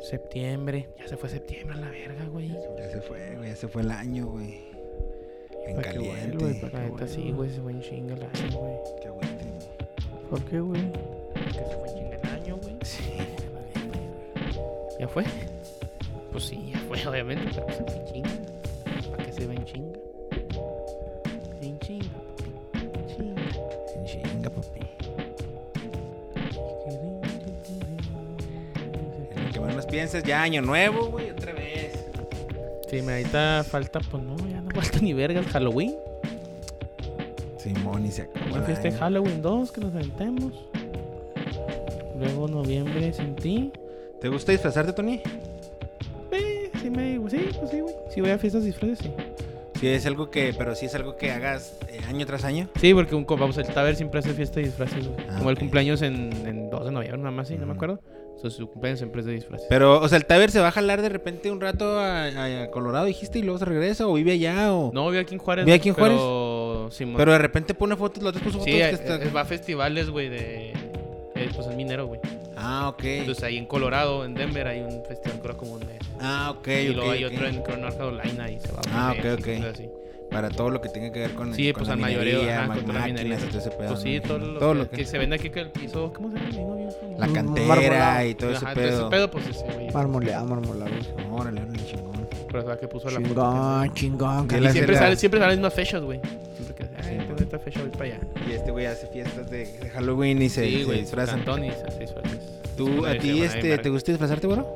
Septiembre. Ya se fue septiembre a la verga, güey. Ya se fue, güey. Ya se fue el año, güey. En Pa' que caliente. vuelva, pa' La neta sí, güey. Se fue en chinga el año, güey. Qué bueno. ¿Por qué, güey? Que se fue en chinga el año, güey. ¿Ya fue? Pues sí, ya fue, obviamente. Pero se fue en chinga. ¿Para qué se va en chinga? En chinga, papi. En chinga. En chinga, papi. En lo que menos piensas, ya año nuevo, güey. Otra vez. Sí, me ahorita falta, pues no, ya no falta ni verga el Halloween. Simón y se acabó. Una el fiesta de año. Pues este Halloween 2 que nos aventemos. Luego noviembre sin ti. ¿Te gusta disfrazarte, Tony? Eh, sí, me, sí, pues sí, güey. Si voy a fiestas disfraces, sí. Sí, es algo que, pero sí es algo que hagas eh, año tras año. Sí, porque un, co- vamos, el Taber siempre hace fiesta de disfraces, güey. Ah, Como el ok. cumpleaños en, en 2 de noviembre, nada más, sí, no me Ujú. acuerdo. Entonces su cumpleaños siempre es de disfraces. Pero, o sea, el Taber se va a jalar de repente un rato a, a- a Colorado, dijiste, y luego se regresa, o vive allá, o. no, vive aquí en Juárez. ¿Vive aquí en Pero, Simón. Pero de repente pone fotos, los otros puso fotos sí, que eh, está- eh, va a festivales, güey, de... eh, pues es minero, güey. Ah, ok. Entonces ahí en Colorado, en Denver, hay un festival que dura como un mes. ah, ok. y ok, luego hay ok. otro en Crown North Carolina y se va Ah, a un mes ok, y ok. cosas así. Para todo lo que tenga que ver con Sí, con pues la al mayoreo, minería, ajá, ma- con toda la máquinas minería. y todo ese pedo, Pues sí, ¿no? todo lo, Todo que, lo que- que se vende aquí que el piso, ¿cómo se llama? Ahí no había como- La Mm, cantera marmolado. y todo ese Ajá, entonces pedo. ese pedo, pues ese güey. Marmoleado, marmoleado. güey. Órale, órale, chingón. Pero es la que puso la foto. Chingón, chingón. Y que que- Y la- la- siempre la- sale, siempre salen las mismas fechas, güey. Siempre que Sí, ay, tengo güey. esta fecha, voy para allá. Y este güey hace fiestas de, de Halloween y se, se disfrazan. Antonis, así disfrazan. ¿Tú, a ti, este, te gusta disfrazarte, güero?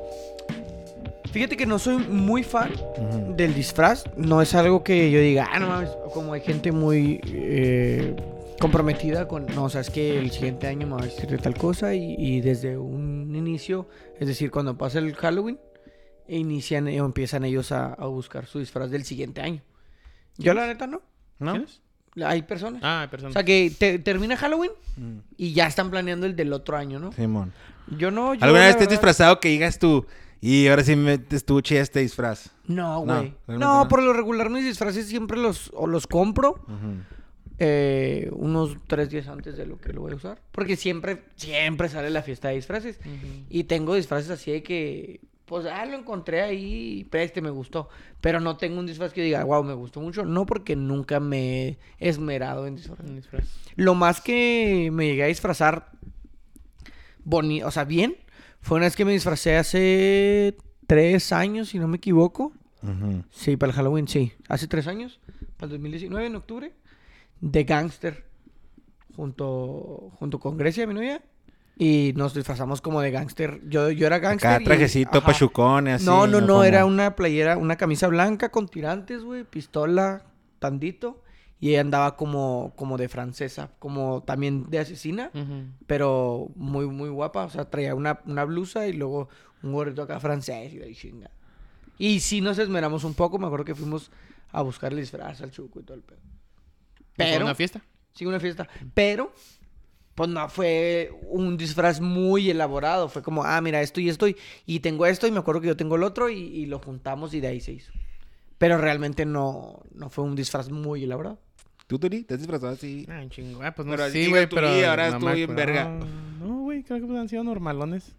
Fíjate que no soy muy fan del disfraz. No es algo que yo diga, ah, no mames. Como hay gente muy eh, comprometida con, no, sabes que el siguiente año me va a vestir de tal cosa. Y, y desde un inicio, es decir, cuando pasa el Halloween, inician o empiezan ellos a, a buscar su disfraz del siguiente año. Yo, la neta, no. ¿No? ¿Quieres? Hay personas. Ah, O perdón. sea, que te- termina Halloween Mm. y ya están planeando el del otro año, ¿no? Simón. Yo no. Yo, ¿Alguna vez la te has verdad- disfrazado que digas tú? Y ahora sí me estuvo chida este disfraz. No, No, güey. No, realmente no. por lo regular mis disfraces siempre los, o los compro eh, unos tres días antes de lo que lo voy a usar. Porque siempre, siempre sale la fiesta de disfraces. Y tengo disfraces así de que, pues, ah, lo encontré ahí, pero este me gustó. Pero no tengo un disfraz que diga, wow, me gustó mucho. No porque nunca me he esmerado en disfraces. Un disfraz. Lo más que me llegué a disfrazar bonito, o sea, bien, fue una vez que me disfracé hace tres años, si no me equivoco. Ujú. Sí, para el Halloween, sí. Hace tres años, para el 2019, en octubre, de gangster. Junto, junto con Grecia, mi novia. Y nos disfrazamos como de gangster. Yo, yo era gangster. Acá y- trajecito, ajá. pachucón, y así. No, no, no, Como- era una playera, una camisa blanca con tirantes, güey, pistola, tandito. Y ella andaba como, como de francesa, como también de asesina, pero muy, muy guapa. O sea, traía una, una blusa y luego un gorrito acá francés y la chinga. Y sí nos esmeramos un poco, me acuerdo que fuimos a buscar el disfraz al chuco y todo el pedo. Pero. Pero, ¿Una fiesta? sí, una fiesta. Pero, pues no fue un disfraz muy elaborado. Fue como, ah, mira, esto y esto, y- y tengo esto, y me acuerdo que yo tengo el otro, y, y lo juntamos, y de ahí se hizo. Pero realmente no, no fue un disfraz muy elaborado. ¿Tú, Turi? ¿Te has disfrazado así? Ah, chingo. Ah, pues no Pero sé. diga Sí, güey, tú, pero. y ahora no estuvo me bien acuerdo. verga. No, güey, creo que pues han sido normalones.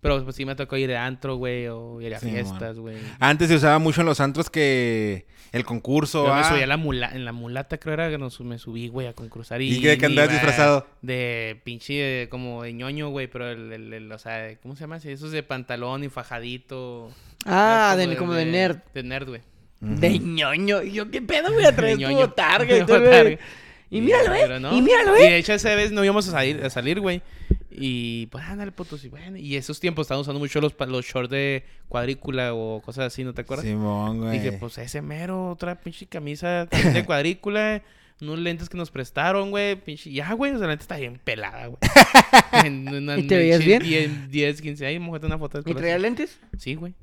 Pero pues sí me tocó ir de antro, güey, o ir a Sí, fiestas, güey. Antes se usaba mucho en los antros que el concurso. Yo me ah. subí a la mula, en la mulata, creo era que nos- me subí, güey, a concursar. ¿Y de qué andabas iba disfrazado? De pinche, de- como de ñoño, güey, pero el, el- el- o sea, ¿cómo se llama? ese? Esos de pantalón y fajadito. Ah, ¿sabes? de, como de nerd. De nerd, güey. Ujú. De ñoño. Y yo, ¿qué pedo voy a traer De tu ñoño. botarga? Y, De todo, botarga. güey? y míralo, pero ¿eh? no. Y míralo, Y ¿eh? de hecho, esa vez no íbamos a salir, a salir, güey. Y pues, ándale, putos. Y bueno, y esos tiempos estaban usando mucho los, pa- los shorts de cuadrícula o cosas así, ¿no te acuerdas? Simón, güey. Dije, pues ese mero, otra pinche camisa también de cuadrícula, unos lentes que nos prestaron, güey, pinche. Ya, güey, o sea, la neta está bien pelada, güey. En una- ¿Y te veías pinche bien? 10, 10, 15 años, mojate una foto ¿Y después. traía lentes? Sí, güey.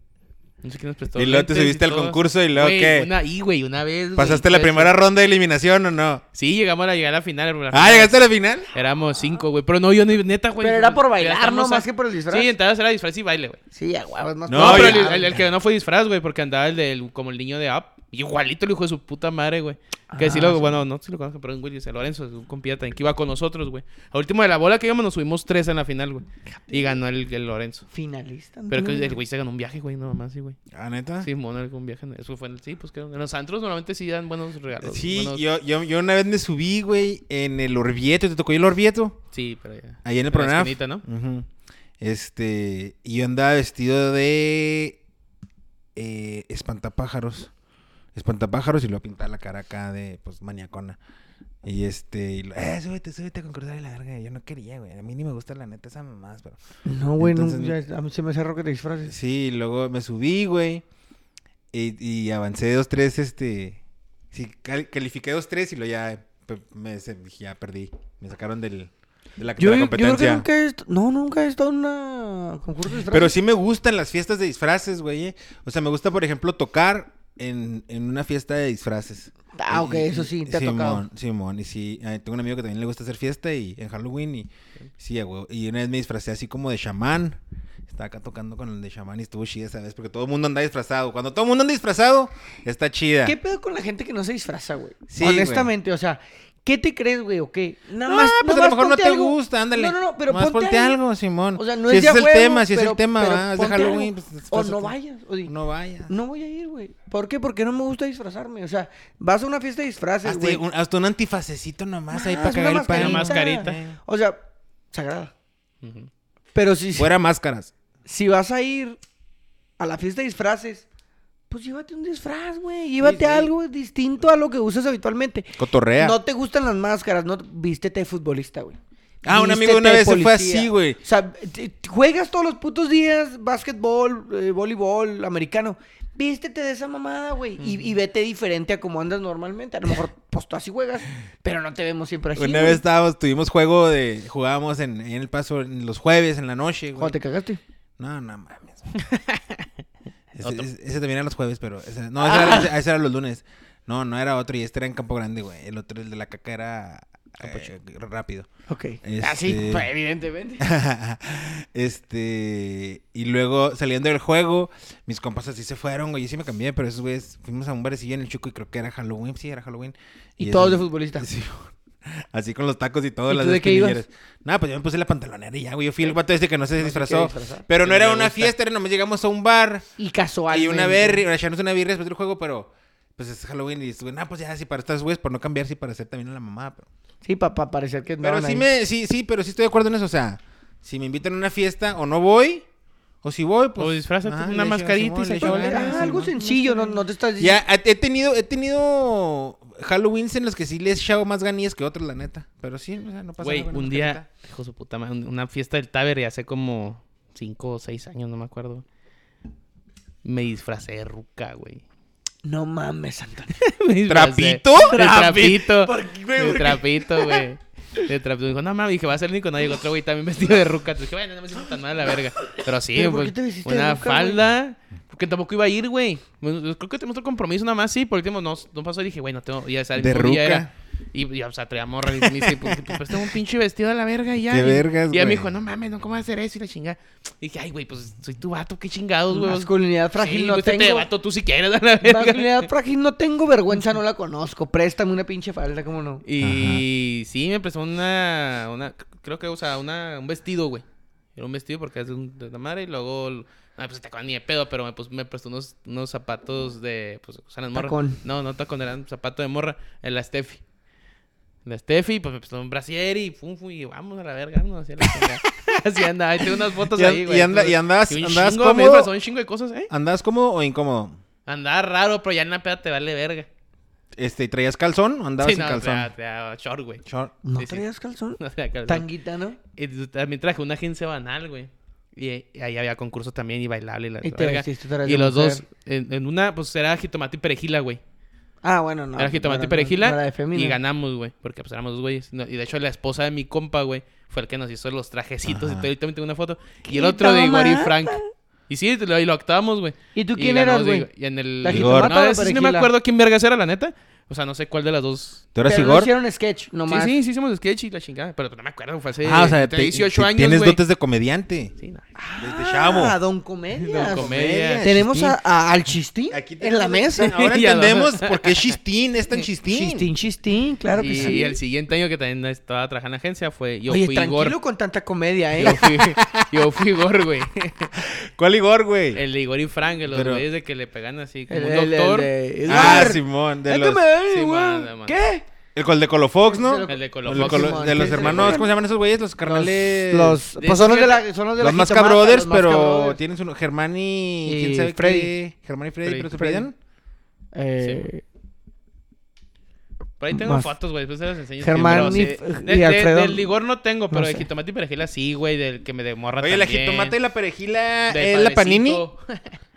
No sé quién nos prestó. y luego te lentes y subiste al todo. concurso y luego Güey, qué. Una, y, güey, una vez. güey, ¿Pasaste la todo eso. primera ronda de eliminación o no? Sí, llegamos a la, llegar a la final. la Ah, final. ¿llegaste a la final? Éramos cinco, güey. Pero no, yo ni neta, güey. Pero era por bailar, Gastamos ¿no? a- Pues, Más que por el disfraz. Sí, entonces era disfraz y baile, güey. Sí, a huevos, más No, No, por pero ya. el, el- el que no fue disfraz, güey, porque andaba el del, como el niño de Up. Igualito el hijo de su puta madre, güey. Que Ah, sí lo, sí. bueno, no sé si lo conozco, pero es un güey, dice Lorenzo, es un compita también que iba con nosotros, güey. Al último de la bola que íbamos nos subimos tres en la final, güey. Y ganó el, el Lorenzo. Finalista. Pero que Antonio. el güey se ganó un viaje, güey, no más, sí, güey. Ah, neta. Sí, mono, algún viaje. Eso fue en el, sí, pues que en los antros normalmente sí dan buenos regalos. Sí, buenos- yo, yo, yo una vez me subí, güey, en el Orvieto. ¿Te tocó ir al Orvieto? Sí, pero ya. Ahí en la el programa. esquinita, ¿no? Este, y yo andaba vestido de eh, espantapájaros. Espantapájaros y lo pintar la cara acá de, pues, maniacona. Y este, y lo- eh, súbete, súbete con cruzar de la verga. Yo no quería, güey. A mí ni me gusta la neta esa mamás, pero. No, güey, no, Entonces- ya- a mí se me hace raro que te disfraces. Sí, y luego me subí, güey. Y, y avancé dos, tres, este. Sí, cal- califiqué dos, tres y lo ya. pe- Me, se- dije, ya perdí. Me sacaron del, de la, de Yo, la yo creo que competencia. nunca he, est- no, nunca he estado en una concurso de disfraces. Pero sí me gustan las fiestas de disfraces, güey. eh. O sea, me gusta, por ejemplo, tocar en, en una fiesta de disfraces. Ah, ok, Y- eso y- sí, te ha Simón, tocado. Simón, y sí, eh, tengo un amigo que también le gusta hacer fiesta y en Halloween y sí, eh, güey. Y una vez me disfracé así como de chamán. Estaba acá tocando con el de chamán y estuvo chida esa vez porque todo el mundo anda disfrazado. Cuando todo el mundo anda disfrazado, está chida. ¿Qué pedo con la gente que no se disfraza, güey? Sí, Honestamente, o sea, ¿qué te crees, güey, o qué? Nada No, más, pues nada a más lo mejor no ponte te algo. gusta, ándale. No, no, no, pero Nomás ponte, algo. Simón. O sea, no si es ese de a es el huevo, tema, si es pero- el tema, pero ¿verdad? Es de ponte algo. Halloween. pues, O disfrázate. no vayas. O di- no. No vaya. voy a ir, güey. ¿Por qué? Porque no me gusta disfrazarme. O sea, vas a una fiesta de disfraces, Hasta güey. un, hasta un antifacecito nomás ahí Más, para una cagar el pan. Una mascarita. Eh. O sea, sagrada. Ujú. Pero si, Fuera máscaras. si vas a ir a la fiesta de disfraces, pues llévate un disfraz, güey. Llévate algo distinto a lo que usas habitualmente. Cotorrea. No te gustan las máscaras, no vístete de futbolista, güey. Ah, un amigo Vístete una de vez se fue policía. así, güey. O sea, te- te juegas todos los putos días básquetbol, eh, voleibol, americano. Vístete de esa mamada, güey. Y, y vete diferente a como andas normalmente. A lo mejor, pues tú así juegas, pero no te vemos siempre así. Una güey. vez estábamos, tuvimos juego de. Jugábamos en, en el paso en los jueves, en la noche, güey. Cuando te cagaste. No, no mames. ese, ese- ese también era los jueves, pero. ese- no, ese, era, ese- ese era los lunes. No, no era otro y este era en Campo Grande, güey. El otro, el de la caca, era. eh, rápido. Ok. Este- Así, pues, evidentemente. este. Y luego saliendo del juego, mis compas así se fueron, güey. Yo sí me cambié, pero esos güeyes fuimos a un barecillo en el Chico y creo que era Halloween. Sí, era Halloween. Y esos- todos de futbolista. Sí, güey. Así con los tacos y todo, ¿Y las tú de qué ibas? despinilleras. Nada, pues yo me puse la pantalonera y ya, güey. Yo fui el vato este que no se disfrazó. disfrazar. Pero Sí, no me era una gusta. fiesta, era nomás llegamos a un bar. Y casual. Y una berry, una echarnos una birra después del juego, pero pues es Halloween y dices, ah, pues ya, sí, para estas güeyes, por no cambiar, sí, para hacer también a la mamá. Pero, Sí, para parecer que pero andaban sí ahí. me, sí, sí, pero sí estoy de acuerdo en eso. O sea, si me invitan a una fiesta o no voy, o si voy, pues. O disfrázate ajá, con una le echo- mascarita y Simón, se le echo acabó. ganas, Ah, algo Simón. sencillo, no, no te estás Ya, a- he tenido, he tenido Halloweens en los que sí les he echado más ganillas que otros, la neta. Pero sí, o sea, no pasa Güey, nada. pues con la un mascarita. día, hijo de su puta madre, un- una fiesta del Taber y hace como 5 o 6 años, no me acuerdo. Me disfracé de ruca, güey. No mames, Antonio. Me disfracé ¿Trapito? De trapito. ¿Por qué, güey? De trapito, güey. De trapito. Dijo, no mames, dije, va a ser ni con nadie. Otro güey también vestido de ruca. Entonces dije, bueno, no me siento tan mal la verga. Pero sí, ¿Pero por güey. qué te vestiste de Una ruca, güey? falda. Porque tampoco iba a ir, güey. Bueno, Creo que tenemos otro compromiso nada más, sí. Por último, no, no pasó y dije, bueno, tengo, ya sabes, De mismo día ruca. era- Y ya, o sea, traía morra y me dice, pues, pues tengo un pinche vestido a la verga y ya. Qué Y- vergas, Y ella me güey. dijo, no mames, no, ¿cómo vas a hacer eso? Y la chingada. Dije, ay, güey, pues soy tu vato, qué chingados, güey. Masculinidad frágil Sí, no vístete de tengo. vato tú si quieres, a la verga. Masculinidad frágil ah, no tengo, vergüenza no la conozco. Préstame una pinche falda, ¿cómo no? Y sí, me prestó una, una, creo que, o sea, una, un vestido, güey. Era un vestido porque es de, un- de la madre y luego, l- ah, pues te acaban ni de pedo, pero me, pues, me prestó unos, unos zapatos de, pues, o sea, las morras. Tacón. No, no tacón, eran zapatos de morra, en la Steffi. La Steffi, pues me prestó un brasier y fum, fum, y vamos a la verga, no hacía la chingada. Así anda, ahí tengo unas fotos Y an- ahí, güey. y anda- y andabas- un andabas chingo, me cómodo. pasó un chingo de cosas, ¿eh? ¿Andabas cómodo o incómodo? Andaba raro, pero ya en la peda te vale verga. Este, ¿traías calzón o andabas Sí, sin no, o calzón? sea, te- short, güey. Short. ¿No Sí, sí. traías calzón? No sea, calzón. Tanguita, ¿no? Y t- también traje una agencia banal, güey. Y, eh, ahí había concursos también y bailable y la Y te verga. vestiste, tú eres Y de los dos, mujer. en, en una, pues era jitomate y perejila, güey. Ah, bueno, no. era jitomate no y perejila. no era de fémina. y ganamos, güey. Porque pues éramos dos güeyes. No, y de hecho la esposa de mi compa, güey, fue el que nos hizo los trajecitos Ajá. y todo. Ahorita me tengo una foto. Y ¿Qué el otro de Iguari mamada? Frank. Y sí, lo, y lo actuábamos, güey. ¿Y tú quién ganamos, eras, güey? digo, Y en el... ¿La No, jitomata o la ese sí no me perejila? acuerdo quién vergas era, la neta. O sea, no sé cuál de las dos. ¿Tú eras Pero no Igor? hicieron sketch, nomás. Sí, sí, sí hicimos sketch y la chingada. Pero no me acuerdo, fue hace Ah, o sea, te- 18 te- años, tienes güey. dotes de comediante. Sí, no. Desde chavo. Ah, Don Comedia. Don Comedia. Tenemos a- a- al Chistín en la mesa. Eh, Ahora Y a dónde- entendemos por qué Chistín es tan chistín. Chistín, Chistín, claro que y sí. el siguiente año que también estaba trabajando en agencia fue. Yo Oye, fui tranquilo Igor. con tanta comedia, Yo ¿eh? fui, yo fui Igor, güey. ¿Cuál Igor, güey? El de Igor y Frank, los Pero- güeyes de que le pegan así como El- un el- el doctor. El, de- Ah, Edgar, Simón. De es los, que me ven Sí, igual. man, man. ¿Qué? el col de Colofox, ¿no? El- El de Colo- de Colo- Simón, de los sí, hermanos, sí. ¿cómo se llaman esos güeyes? Los carnales. Los, de- pues son los de la, son los de la Los más jitomata, cabrothers, los más pero cabrothers. tienen su Germán y, Y quién sabe Freddy. qué. Germán y Freddy, Freddy. pero se Freddy. perdían. Eh, Por ahí tengo Más. fotos, güey. Después se las enseño. Germán Sí, y- pero sí. y De- de- Alfredo. Del Igor no tengo, pero No de sé. jitomate y perejila sí, güey. Del que me demorra Oye, la jitomate y la perejila es de la panini.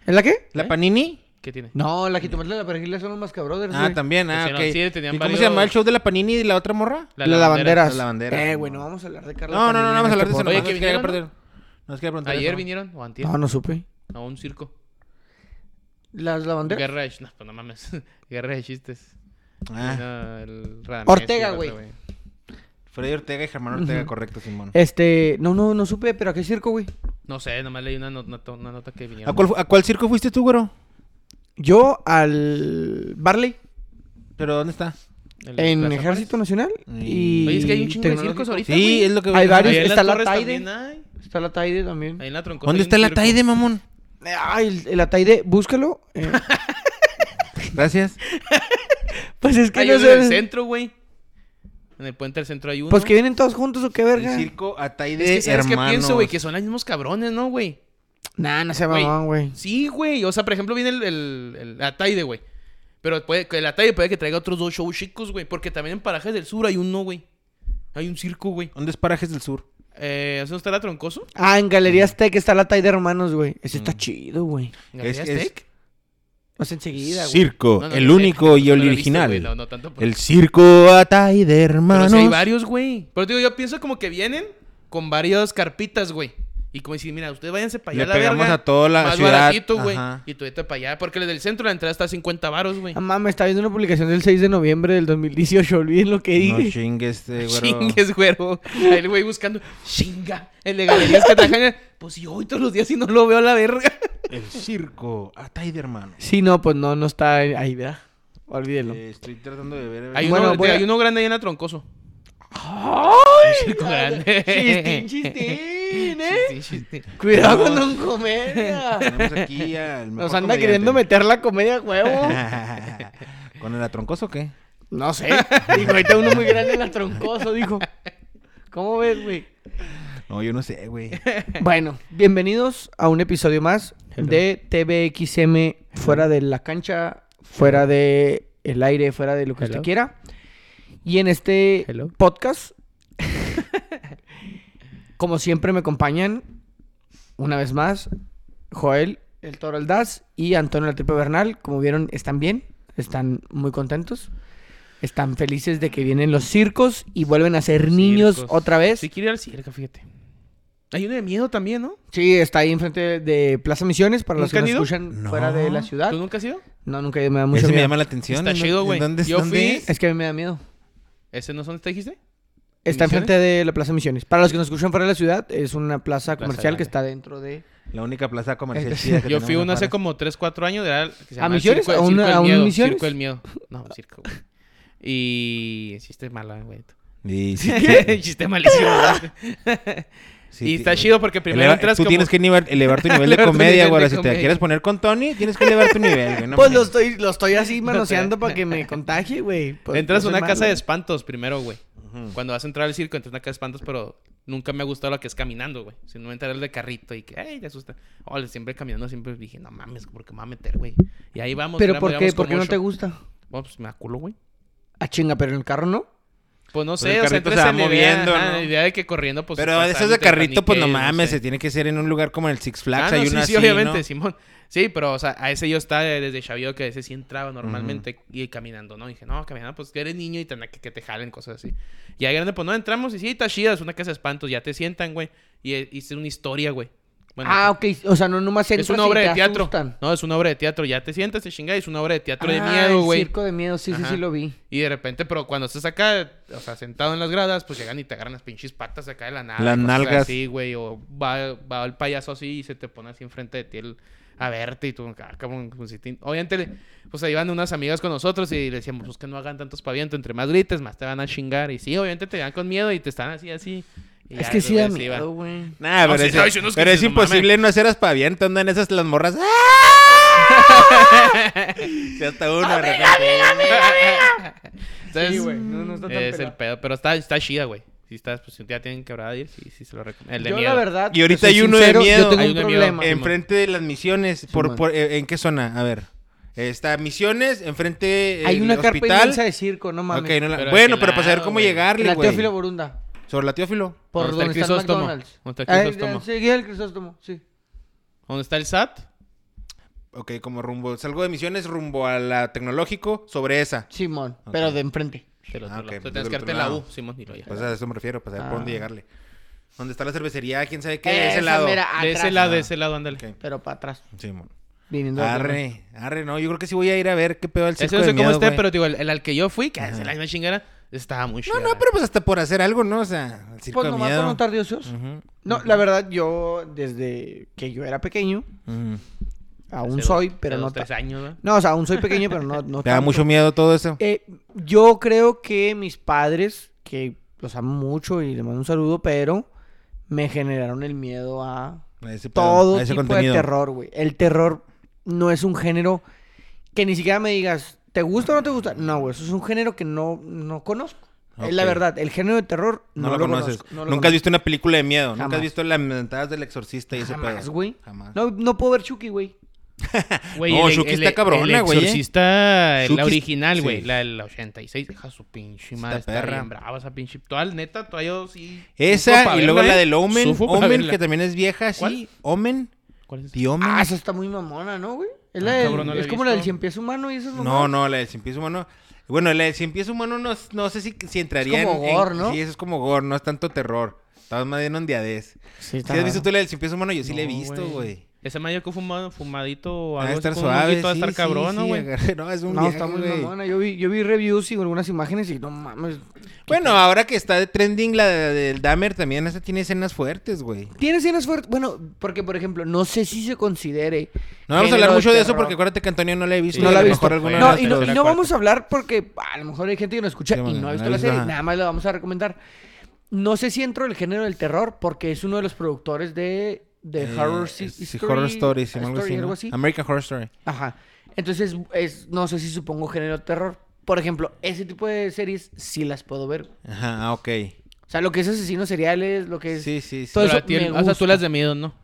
¿Es la qué? ¿La panini? ¿Qué tiene? No, la jitomate de la perejila son los más cabrothers, Ah, güey. también, ah, Pues, ok. sí, sí, tenían ¿Y cómo se varios- llamaba el show de la panini y la otra morra? La, lavanderas. La lavanderas, Eh, no. güey, no vamos a hablar de Carla No, no, no, no Panini en vamos a este hablar de eso. podcast. Oye, que nomás nos quería vinieron, preguntar- nos quería preguntar Ayer eso. vinieron, o antier, No, Ah. no supe. a un circo. Las lavanderas. Guerra de... ch- No, pues no mames. Guerra de chistes. Ah, No, el Radamés y Ortega, el otro, güey. Freddy Ortega y Germán Ortega, Ujú. correcto, Simón. Este, no, no, no supe, pero ¿a qué circo, güey? No sé, nomás leí una not- nota, una nota que vinieron. ¿A cuál, fu- a cuál circo fuiste tú, güero? Yo al Barley ¿Pero dónde está? El de en Plaza Ejército Juárez. Nacional. Y- Y... Oye, es que hay un chingo de Tecnológico. circos ahorita, Sí, güey. es lo que... Hay varios. Ahí en las está la Torres Taide. también hay. Está la Taide también. Ahí en la Troncosa hay ¿Dónde un está la circo. Taide, mamón? Ay, el, el Ataide, búscalo. eh. Gracias. pues es que Hay no uno en el sé. centro, güey. En el puente del centro hay uno. Pues que vienen todos juntos o qué El verga. circo Es Ataide, que, ¿sabes qué hermanos. pienso, güey? Que son los mismos cabrones, ¿no, güey? Nah, no se Güey, mamón, güey. Sí, güey. O sea, por ejemplo, viene el, el, el Ataide, güey. Pero puede, que el Ataide puede que traiga otros dos shows chicos, güey. Porque también en Parajes del Sur hay uno, güey. Hay un circo, güey. ¿Dónde es Parajes del Sur? Eh, ¿Eso está la Troncoso? Ah, en Mm. Galerías Tech está la Taide Hermanos, güey. Ese está chido, güey. ¿En Es- Galerías es- Tech? Pues enseguida, güey. Circo, No, no, el no sé, único y no el lo he visto, original. güey, no, no tanto por- El circo Ataide, Pero hermanos. sí hay varios, güey. Pero te digo, yo pienso como que vienen con varias carpitas, güey. Y como decir, mira, ustedes váyanse para allá. Le a la pegamos verga, a toda la más ciudad. baratito, güey. Ajá. Y tú vete para allá. Porque desde el centro de la entrada está a 50 varos, güey. Ah, mames, está viendo una publicación del 6 de noviembre del 2018. Olviden lo que No dije. chingues, eh, güero. Chingues, güero. Ahí el güey buscando. Chinga. El de galerías que trajan. Pues yo hoy todos los días y no lo veo a la verga. El circo Ataide, hermano. sí, no, pues no, no está ahí, ¿verdad? Olvídenlo. Eh, estoy tratando de ver... Hay, Bueno, uno, voy te- a- hay uno grande ahí en la troncoso. ¡Ay! Circo la- grande. Chistín, chistín, ¿eh? Sí, sí, sí. Cuidado con Don Comedia. Tenemos aquí al mejor Nos anda comediante. queriendo meter la comedia a huevo. ¿Con el atroncoso o qué? No sé. Dijo, ahorita uno muy grande en la troncoso, dijo. ¿Cómo ves, güey? No, yo no sé, güey. Bueno, bienvenidos a un episodio más Hello. de TVXM fuera de la cancha, fuera de el aire, fuera de lo que usted Hello. quiera. Y en este Hello. podcast, como siempre me acompañan, una vez más, Joel, el Toro Aldaz y Antonio La Tripa Bernal. Como vieron, están bien, están muy contentos. Están felices de que vienen los circos y vuelven a ser niños Circos. otra vez. Sí, quiero ir al circo, fíjate. Hay uno de miedo también, ¿no? Sí, está ahí enfrente de Plaza Misiones para los que ¿Nunca nos han ido? escuchan No. fuera de la ciudad. ¿Tú nunca has ido? No, nunca he ido, me da Ese mucho me miedo. llama la atención. Está ¿En chido, dónde- güey. en ¿Dónde, Yo dónde fui- es? Es que a mí me da miedo. ¿Ese no es donde te dijiste? Está ¿Misiones? enfrente de la Plaza Misiones. Para los que nos escuchan fuera de la ciudad, es una plaza Plaza comercial que grande. está dentro de... La única plaza comercial Es- chida Yo que tenemos fui uno hace afuera. como 3, 4 años. Era el que se ¿A llamaba el Misiones? Circo- el ¿A un- Circo del a un Miedo, Misiones? Circo del Miedo. No, circo, güey. Y... Sí, está mala, güey. Y, sí, sí, Chiste malísimo. güey. sí, y sí. está chido porque primero Eleva- entras tú como... tienes que nivel- elevar tu nivel de Elevar tu comedia, nivel güey. de Si te comedia. quieres poner con Tony, tienes que elevar tu nivel, güey. no pues lo mames. estoy, lo estoy así manoseando para que me contagie, güey. Pues, Entras a no soy una malo. casa de espantos primero, güey. Ujú. Cuando vas a entrar al circo, entras a una casa de espantos, pero nunca me ha gustado la que es caminando, güey. Si no entrar el de carrito y que, ay, te asusta. O siempre caminando, siempre dije, no mames, porque me va a meter, güey? Y ahí vamos. ¿Pero éramos- por qué? éramos ¿Por qué como no te ocho. gusta? Bueno, pues me aculo, güey. Ah, chinga, pero en el carro no. Pues no el sé, o sea, carrito entras se va en la idea, moviendo, ajá, ¿no? la idea de que corriendo, pues... Pero de pasa esos algo, de te carrito, pues no paniqueas, mames. sé. Se tiene que ser en un lugar como el Six Ah, Flags. no, hay sí, una sí, así, obviamente, ¿no? Simón. Sí, pero, o sea, a ese yo estaba desde Xavier que a ese sí entraba normalmente y caminando, ¿no? Y dije, no, caminando, pues que eres niño y tendrá que, que te jalen cosas así. Y ahí grande, pues no entramos y sí, está chida, es e, una casa de espantos, ya te sientan, güey. Y eh, hice una historia, güey. Bueno, ah, ok. O sea, no nomás entras es una y obra te de teatro. asustan. No, es una obra de teatro. Ya te sientas y chingada, es una obra de teatro de Ah, miedo, el güey. circo de miedo, sí, sí, Ajá. sí lo vi. Y de repente, pero cuando estás acá, o sea, sentado en las gradas, pues llegan y te agarran las pinches patas acá de la nada. Las cosas nalgas. Así, güey. O va, va el payaso así y se te pone así enfrente de ti el- a verte y tú, ah, cabrón, pues, si te- Obviamente, pues ahí van unas amigas con nosotros y le decíamos, pues que no hagan tantos pavientos, entre más grites, más te van a chingar. Y sí, obviamente te dan con miedo y te están así, así. Y Es ya, que sí güey, da así va. miedo, güey. Nah, No, pero, Ah, sí, es, no, hay unos que pero dices, es "No mames". imposible no hacer aspaviento, andan esas las morras. ¡Ah! Ya hasta uno. de repente. Entonces, Sí, güey, no- no está tan es el pelado. pedo, pero está, está chida, güey. Si estás, pues si ya tienen quebrada ir, sí, sí se lo recomiendo. El de yo, miedo. la verdad. Y ahorita te soy hay uno de miedo. Yo tengo Hay un uno de miedo. problema. Eh, Enfrente de las misiones. por, Simón. por- eh, ¿En qué zona? A ver. Está Misiones, enfrente hay el una carpa hospital. inmensa de circo, no mames. Ok, no la- Pero ¿a Bueno, qué pero para saber lado, cómo güey? llegarle, la güey. Teófilo Borunda. Sobre la Teófilo. Por ¿Dónde donde está el está el Crisóstomo? McDonald's. ¿Dónde está el Ah, Crisóstomo? Seguía el Crisóstomo, sí. ¿Dónde está el SAT? Ok, como rumbo. Salgo de Misiones rumbo a la Tecnológico, sobre esa. Simón, Ok. pero de enfrente. Del otro Ah, lado. ok, Tú del tienes que otro darte la lado. U, Simón, y lo ya. Pues a eso me refiero, para saber por Ah. dónde llegarle. ¿Dónde está la cervecería? ¿Quién sabe qué? Esa ese lado. mera- De atrás. ese lado, de Ah. ese lado, ándale. Ok. Pero para atrás. Simón. Viniendo de atrás. Arre, arre, no, yo creo que sí voy a ir a ver qué pedo el Ese circo no de sé cómo miedo, esté, güey. pero digo, el, el al que yo fui, que Ajá. es la misma chingada, estaba muy chido. No, no, pero pues hasta por hacer algo, ¿no? O sea, el circo Pues de nomás miedo. por no estar de ocioso. Ujú, No, la verdad, yo desde que yo era pequeño, ujú. aún soy, pero no tres ta- años, ¿no? No, o sea, aún soy pequeño, pero no, no Te da tanto. mucho miedo todo eso. Eh, yo creo que mis padres, que los amo mucho y les mando un saludo, pero me generaron el miedo a A ese pedo, todo a ese tipo contenido. de terror, güey. El terror no es un género que ni siquiera me digas, ¿te gusta o no te gusta? No, güey, eso es un género que no, no conozco. Es la Ok. verdad, el género de terror No, no, lo, conoces. conozco, no lo Nunca has visto una película de miedo. Nunca has Jamás. visto las mentadas del exorcista y ese pedo. Jamás, güey. Jamás. No, no puedo ver Chucky, güey. Güey, No, el- Shuki el- está cabrona, güey, El exorcista, Shuki la original, es- güey. sí. La del 86. Deja su pinche madre. Está perra. bien brava esa pinche. Toda, neta, toda yo sí. sufro Esa pa' y luego verla, la ¿eh? del Omen. Sufro pa' Omen, verla. que también es vieja, sí. ¿Cuál? Omen. ¿Cuál es esa? The Omen. Ah, esa está muy mamona, ¿no, güey? Es, la Ah, del- cabrón, no la he es como la del visto. cien pies humano y eso es No, no, la del sin pies humano. Bueno, la del sin pies humano no, no sé si, si entraría Es como en- en- gore, ¿no? Sí, eso es como gore, no es tanto terror. Estabas más bien ondeadez. Sí, Si está has raro. visto tú la del sin pies humano, yo sí la he No, visto, güey. Ese mayo que fumado, fumadito o Va algo a estar así con un suave. honguito, Va a sí, estar sí, cabrón, sí, ¿no, güey? agarré- no, es un No, viaje, está muy güey. mamona. Yo vi, yo vi reviews y algunas imágenes y no mames. Bueno, ahora que está de trending la de- del Dahmer, también esa tiene escenas fuertes, güey. Tiene escenas fuertes. Bueno, porque por ejemplo, no sé si se considere. No vamos a género hablar mucho de eso terror. porque acuérdate que Antonio no la he visto. Sí, no y la a he lo visto. mejor alguna No, vez y te no, lo y dirá. no cuarta. vamos a hablar porque a lo mejor hay gente que no escucha Sí, y bueno, no ha visto no la la he visto, serie. ajá. Nada más la vamos a recomendar. No sé si entro el género del terror porque es uno de los productores de, de Eh, Horror sí, Si- Story. Horror Story, sí, algo Story, así, ¿no? algo así. American Horror Story. Ajá. Entonces, es, no sé si supongo género terror. Por ejemplo, ese tipo de series sí las puedo ver. Ajá, ah, ok. O sea, lo que es asesinos seriales, lo que es... Sí, sí, sí. Todo Pero eso a ti el- me o sea, tú gusta. las de miedo, ¿no?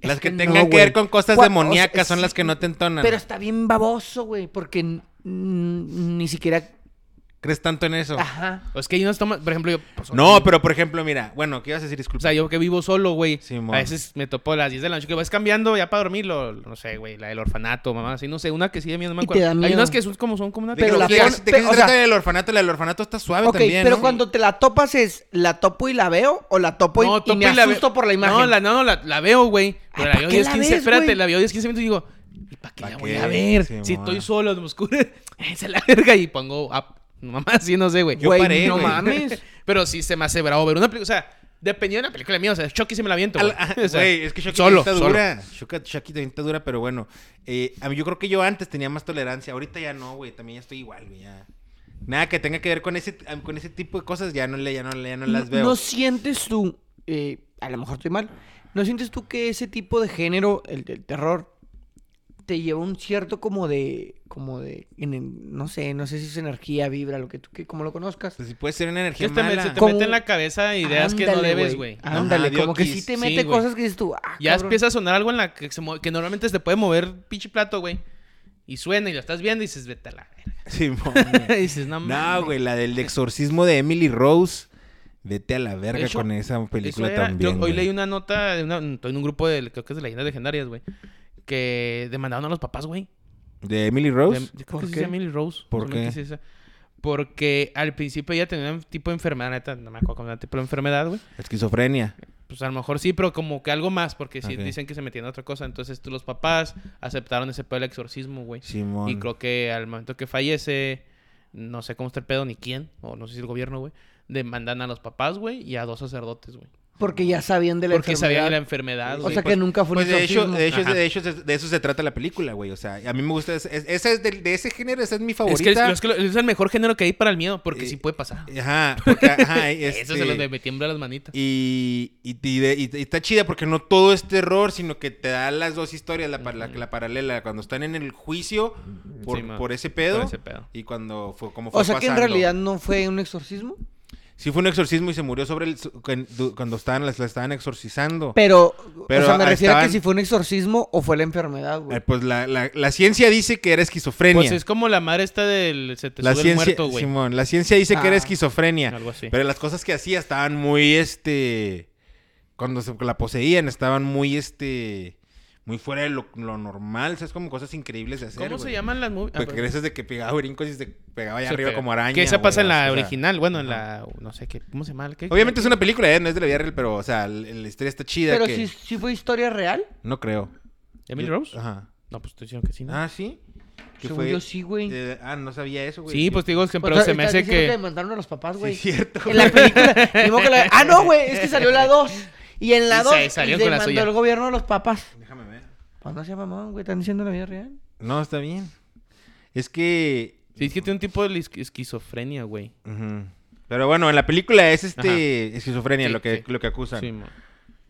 Las Es que que tengan no, que ver güey. con cosas Gua- o sea, demoníacas son sí, las que no te entonan. Pero está bien baboso, güey, porque n- n- ni siquiera... ¿Crees tanto en eso? Ajá. O es que hay unos tomas, por ejemplo, yo. pues, No, pero por ejemplo, mira, bueno, ¿qué ibas a decir? O Disculpa. sea, yo que vivo solo, güey. Simón. a veces me topo a las 10 de la noche que vas cambiando ya para dormir, lo, no sé, güey, la del orfanato, mamá, así, no sé, una que sí de miedo, no me Y te acuerdo. da Hay miedo. unas que son como son como una de pero que la de trilogía. que pon- se pe- o trata sea- del orfanato, la del orfanato está suave Ok, también. pero ¿no? cuando te la topas es... ¿La topo y la veo o la topo y, y topo me la ve- asusto por la imagen? No, la, no, no, la, la veo, güey. Pero la ¿para veo qué 10, la 15, ves, espérate, güey? la veo 10, 15 minutos y digo, ¿y para qué ¿Pa' la qué? voy a ver? Sí, si mamá. estoy solo, me oscuro, es a la verga y pongo up. Mamá, sí, no sé, güey. Yo Güey, paré, no güey. mames. Pero sí se me hace bravo ver una película, o sea, dependiendo de la película mía, o sea, Chucky sí me la viento, Al- güey. ah, O sea, Güey, es que Chucky solo, también está solo. dura. Chucky, Chucky también está dura, pero bueno. eh, a mí, yo creo que yo antes tenía más tolerancia. Ahorita ya no, güey. También ya estoy igual, güey. ya. Nada que tenga que ver con ese, con ese tipo de cosas, ya no, le, ya no, le- ya no las veo. No sientes tú, eh, a lo mejor estoy mal, ¿no sientes tú que ese tipo de género, el del terror, te lleva un cierto como de, como de, en el- no sé, no sé si es energía, vibra, lo que tú, que como lo conozcas? Pues, si puede ser una energía Que te, me- mala. se te Como- mete en la cabeza ideas que no Ándale, debes, güey. Ajá, Ándale, de como que okis. sí te Sí, mete güey. cosas que dices tú, ah, Ya cabrón. empieza a sonar algo en la que, se mue- que normalmente se te puede mover pinche plato, güey. Y suena y lo estás viendo y dices, vete a la verga. Simón, Y dices, no, No, mames". güey, la del exorcismo de Emily Rose. Vete a la verga De hecho, con esa película Eso era- yo también. hoy güey. leí una nota, de una- estoy en un grupo de, creo que es de leyendas legendarias, güey, que demandaron a los papás, güey. ¿De Emily Rose? De- yo creo ¿Por que sí qué? es Emily Rose. ¿Por no sé qué? es esa. Porque al principio ella tenía un tipo de enfermedad, neta, no me acuerdo cómo era, tipo de enfermedad, güey. Esquizofrenia. Pues a lo mejor sí, pero como que algo más, porque si Ok. dicen que se metían a otra cosa, entonces tú, los papás aceptaron ese pedo del exorcismo, güey. Simón. Y creo que al momento que fallece, no sé cómo está el pedo ni quién, o no sé si el gobierno, güey, demandan a los papás, güey, y a dos sacerdotes, güey. Porque ya sabían de la Porque sabían enfermedad. de la enfermedad, O güey. sea que Pues, nunca fue Pues un de hecho, exorcismo. de hecho, Ajá. de hecho, se- de eso se trata la película, güey. O sea, a mí me gusta. es- es- Esa es, de, de ese género, esa es mi es que es, favorita. es que lo- es el mejor género que hay para el miedo, porque Eh, sí puede pasar. Ajá, porque, ajá, Eso se los este, me tiembla las manitas. Y, y, y de- y- y está chida porque no todo es terror, sino que te da las dos historias, la, par- la, la paralela, cuando están en el juicio por, Sí, ma. por ese pedo Por ese pedo. y cuando fue como fue O sea que en pasando. realidad no fue un exorcismo. Sí fue un exorcismo y se murió sobre el... cu- du- Cuando estaban, las, las estaban exorcizando. Pero, Pero o sea, me ahí refiero a que estaban- si fue un exorcismo o fue la enfermedad, güey. Eh, pues la, la, la ciencia dice que era esquizofrenia. Pues es como la madre esta del se te la sube el ciencia, muerto, güey. Simón, la ciencia dice que era Ah. esquizofrenia. Algo así. Pero las cosas que hacía estaban muy, este... Cuando se, la poseían, estaban muy, este... Muy fuera de lo, lo normal, ¿sabes? Como cosas increíbles de hacer, ¿Cómo se güey. llaman las movies? Ah, Porque creces de que pegaba brincos y se pegaba allá Se arriba pega. como araña. Que esa pasa en güey, la o sea, original, bueno, en la no sé qué, ¿cómo se llama? ¿Qué- Obviamente es una película, ¿eh? No es de la vida real, pero, o sea, la, la historia está chida Pero que... si, si fue historia real, No creo. Emily Yo- Rose? Ajá. No, pues estoy diciendo que sí, ¿no? Ah, ¿sí? Que según yo sí, güey. eh, ah, no sabía eso, güey. sí, pues te digo que O pero sea, se me estás hace diciendo que le mandaron a los papás, Sí, güey. es cierto. En la película. ni modo que la- Ah, no, güey. Es que salió la 2. Y en la Y 2 se salieron le con la mandó suya. el gobierno a los papás. Déjame ver. Pues no sea mamón, güey. Están diciendo la vida real. No, está bien. Es que... Sí, es que tiene un tipo de esqu- esquizofrenia, güey. Ujú. Pero bueno, en la película es este... Esquizofrenia Sí, lo, que, sí. lo que acusan. Sí, mo.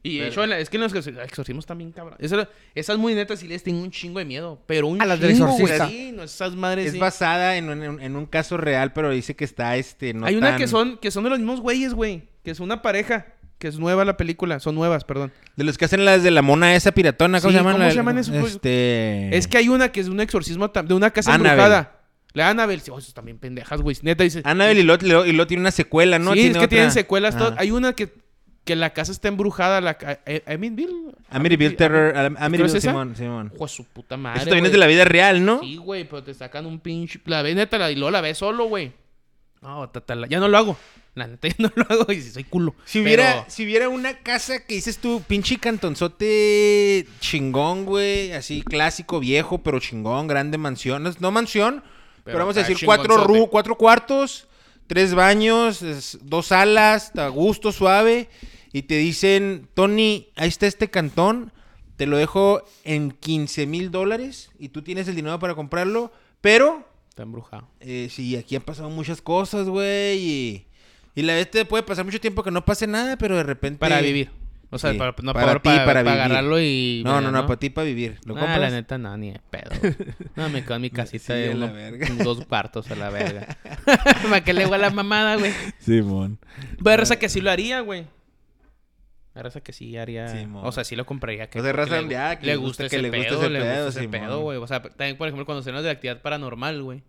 Y de Pero- hecho, en la- es que en los exor- exorcismos también, cabrón. Esas, esas muy netas sí les tengo un chingo de miedo. Pero un A las del chingo, güey. exorcista. Sí, no, esas madres. Es sí. basada en un, en- en un caso real, pero dice que está, este... No Hay una tan- que son, que son de los mismos güeyes, güey. Que es una pareja. Que es nueva la película. Son nuevas, perdón. De los que hacen las de la mona esa piratona, ¿cómo Sí, se llaman? ¿cómo La- se llaman esos, pues? Este... Es que hay una que es un exorcismo tam- de una casa Annabelle. embrujada. La Annabelle. Sí, oh, esos también pendejas, güey. Neta, dice. Annabelle y Lot, y Lot tiene una secuela, ¿no? sí, es que otra. tienen secuelas. Ah. todo. Hay una que, que la casa está embrujada. La, ca- eh, Amityville. Amityville Terror, Am- ¿Es Amityville esa? Simón, Simón. Ojo, a su puta madre. Eso también güey. es de la vida real, ¿no? Sí, güey, pero te sacan un pinche. La ves neta la, y luego la ves solo, güey. No, tatala. Ya no lo hago. La neta ya no lo hago y si soy culo. Si Pero- hubiera, si hubiera una casa que dices tú, pinche cantonzote chingón, güey, así clásico, viejo, pero chingón, grande mansión. No, no mansión, pero, Pero vamos a está decir cuatro, chingonzote. ru- cuatro cuartos, tres baños, es- dos salas, a gusto, suave. Y te dicen, Tony, ahí está este cantón, te lo dejo en 15 mil dólares y tú tienes el dinero para comprarlo, pero Está embrujado. Eh, sí, aquí han pasado muchas cosas, güey. Y, y la vez te puede pasar mucho tiempo que no pase nada, pero de repente. Para vivir. O sea, Sí. para, no, Para para, ti, para, para para vivir. agarrarlo y. No, no, no, ¿no? para ti, para vivir. ¿Lo No, compras? la neta, no, ni de pedo. güey. No, me quedo en mi casita Sí, de a la uno- verga. dos cuartos a la verga. Para que le huela la mamada, güey. Simón. Pero hay raza que sí lo haría, güey. Hay raza que sí haría. Sí, mo. o sea, sí lo compraría. Que O sea, porque raza le, de, ah, que le le gusta gusta- ese que le gusta pedo, ese le gusta pedo, ese sí, pedo, mo. güey. O sea, también, por ejemplo, cuando se hablan de actividad paranormal, güey.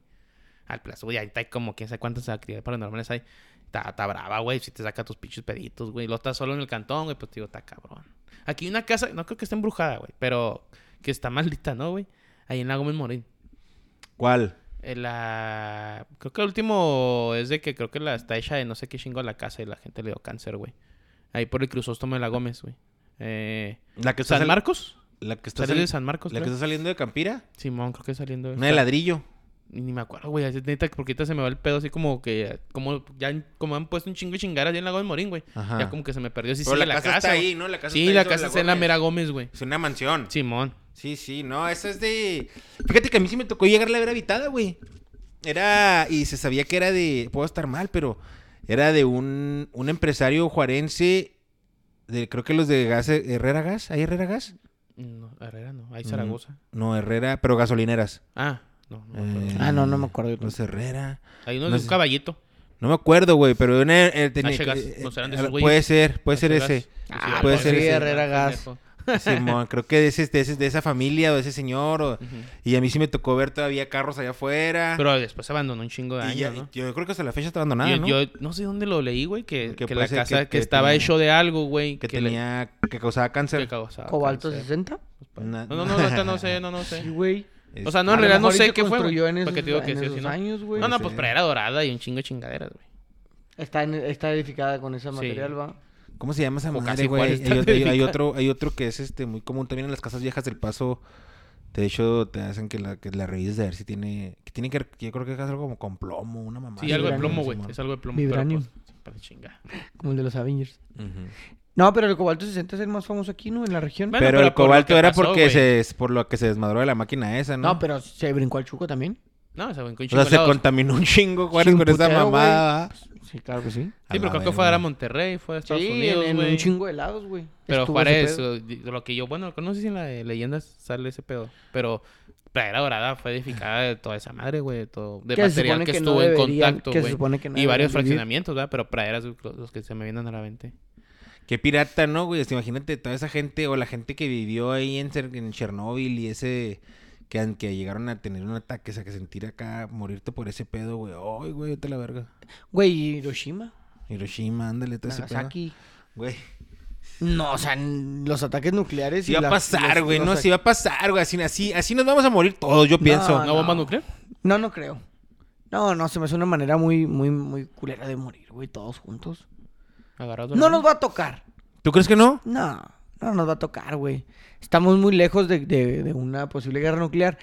Al plazo, güey, ahí está como quién sabe cuántas actividades paranormales hay. Está, está brava, güey. Si te saca tus pinches peditos, güey. Lo estás solo en el cantón, güey. Pues te digo, está cabrón. Aquí hay una casa, no creo que esté embrujada, güey. Pero que está maldita, ¿no, güey? Ahí en la Gómez Morín. ¿Cuál? Eh, La... Creo que el último es de que creo que la está hecha de no sé qué chingo a la casa y la gente le dio cáncer, güey. Ahí por el cruzóstomo de la Gómez, güey. Eh, La que está ¿San sal- Marcos? La que está, ¿Salió sal- de San Marcos? la que creo. está saliendo de Campira. Simón, creo que saliendo de... Una de ladrillo. Ni ni me acuerdo, güey. Es neta, porque ahorita se me va el pedo así como que... Como ya han- como han puesto un chingo de chingaras allá en la Gómez Morín, güey. Ajá. Ya como que se me perdió. Sí, Pero sigue la, la, casa, casa, está güey. ahí, ¿no? La casa Sí, está ahí la sobre casa está en la Gómez. mera Gómez, güey. Es una mansión. Simón. Sí, sí, no, esa es de. Fíjate que a mí sí me tocó llegar la ver habitada, güey. Era. Y se sabía que era de. Puedo estar mal, pero. Era de un, un empresario juarense. De, creo que los de gas, Herrera Gas. ¿Hay Herrera Gas? No, Herrera no. Ahí Mm. Zaragoza. No, Herrera, pero gasolineras. Ah, no. no me acuerdo. Eh, Ah, no, no me acuerdo yo Los Herrera. Ahí uno no es un sé. caballito. No me acuerdo, güey, pero una, eh, tenía- H. Gas, eh, no serán de eh, esos güeyes. puede ser, puede ser Herrera ese. Gas. Ah, puede pues ser sí, ese. Herrera Gas. pendejo. Simón, creo que de, ese, de, ese- de esa familia o de ese señor. o- Ujú. y a mí sí me tocó ver todavía carros allá afuera. Pero después abandonó un chingo de Y ya- años, ¿no? Yo creo que hasta la fecha está abandonada, yo, ¿no? yo no sé dónde lo leí, güey, que, Que que puede la ser casa que- que, que estaba tenía- hecho de algo, güey. que le- tenía que causaba que cáncer. causaba Cobalto cáncer. 60. Una- No, no, no, ahorita no sé, no, no sé. Sí, güey. O sea, no, A en lo realidad no mejor y sé se qué fue. construyó en güey, Porque esos- te digo que en sí o sí esos no. años, güey. No, no, Sí. pues, pero era dorada y un chingo de chingaderas, güey. Está, en- está edificada con ese material, va. ¿Cómo se llama esa O madre, casi güey? cuál Hay, está otro- hay- hay dedicada. otro, hay otro que es este muy común también en las casas viejas del paso. De hecho, te hacen que la, que la revises a ver si tiene... Que tiene que... ver- Yo creo que es algo como con plomo, una mamá. Sí, algo de plomo, Vibranium, güey. Es algo de plomo. Vibranium. Pero, pues, para chingar. Como el de los Avengers. No, pero el cobalto 60 es el más famoso aquí, ¿no? En la región. Bueno, pero, pero el por lo cobalto que era pasó, porque güey. se, es por lo que se desmadró de la máquina esa, ¿no? no, pero se brincó al chuco también. No, o sea, güey, con O sea, se chingolados. contaminó un chingo, Juárez, Sí, un con esa putero, mamada. Sí, claro que sí. Sí, pero creo que fue a Monterrey, fue a Estados sí, Unidos, en, en güey. un chingo de helados, güey. Pero Estuvo Juárez, ese pedo. eh, lo que yo, bueno, no sé si en la de leyendas sale ese pedo, pero Pradera Dorada fue edificada de toda esa madre, güey, de todo, de Que se material supone que, que no estuvo en deberían- contacto, que se güey. supone que no y varios deberían vivir. fraccionamientos, ¿verdad? Pero praderas los- los que se me vienen a la mente. Qué pirata, ¿no, güey? O sea, imagínate toda esa gente o la gente que vivió ahí en, Cher- en Chernóbil y ese... Que, an- que llegaron a tener un ataque, o sea, que sentir acá, morirte por ese pedo, güey. Ay, güey, vete a la verga. Güey, y Hiroshima, Hiroshima, ándale, todo ese pedo. Nagasaki. Güey. No, o sea, n- los ataques nucleares. Sí y va a las- pasar, los- güey, los no, ac- sí va a pasar, güey. Así, así, así nos vamos a morir todos, yo pienso. ¿No, no. bomba nuclear? No, no creo. No, no, se me hace una manera muy, muy, muy culera de morir, güey, todos juntos. Agarrado. No nos va a tocar. ¿Tú crees que no? No, no nos va a tocar, güey. Estamos muy lejos de, de- de una posible guerra nuclear.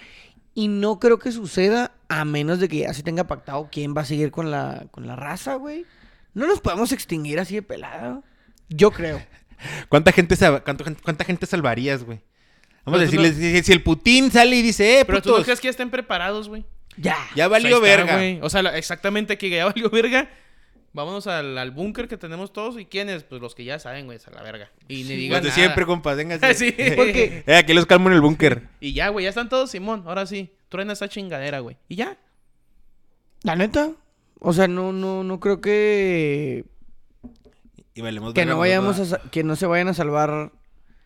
Y no creo que suceda a menos de que ya se tenga pactado quién va a seguir con la, con la raza, güey. No nos podemos extinguir así de pelado. Yo creo. ¿Cuánta gente, sal- cuánto gen- cuánta gente salvarías, güey? Vamos a Pero tú no- decirles, si, si el Putin sale y dice, eh, Pero tú putos, no crees que ya estén preparados, güey. Ya. ya Pues ahí valió está, verga. güey. O sea, la- exactamente que ya valió verga. Vámonos al, al búnker que tenemos todos. ¿Y quiénes? Pues los que ya saben, güey, es a la verga. Y ni Los digan de nada. siempre, compas, véngase. Sí. Porque- Eh, aquí los calmo en el búnker. Y ya, güey, ya están todos, Simón. Ahora sí, truena esa chingadera, güey. Y ya. La neta. O sea, no, no, no creo que. Y valemos Que verga no con vayamos a toda sa- que no se vayan a salvar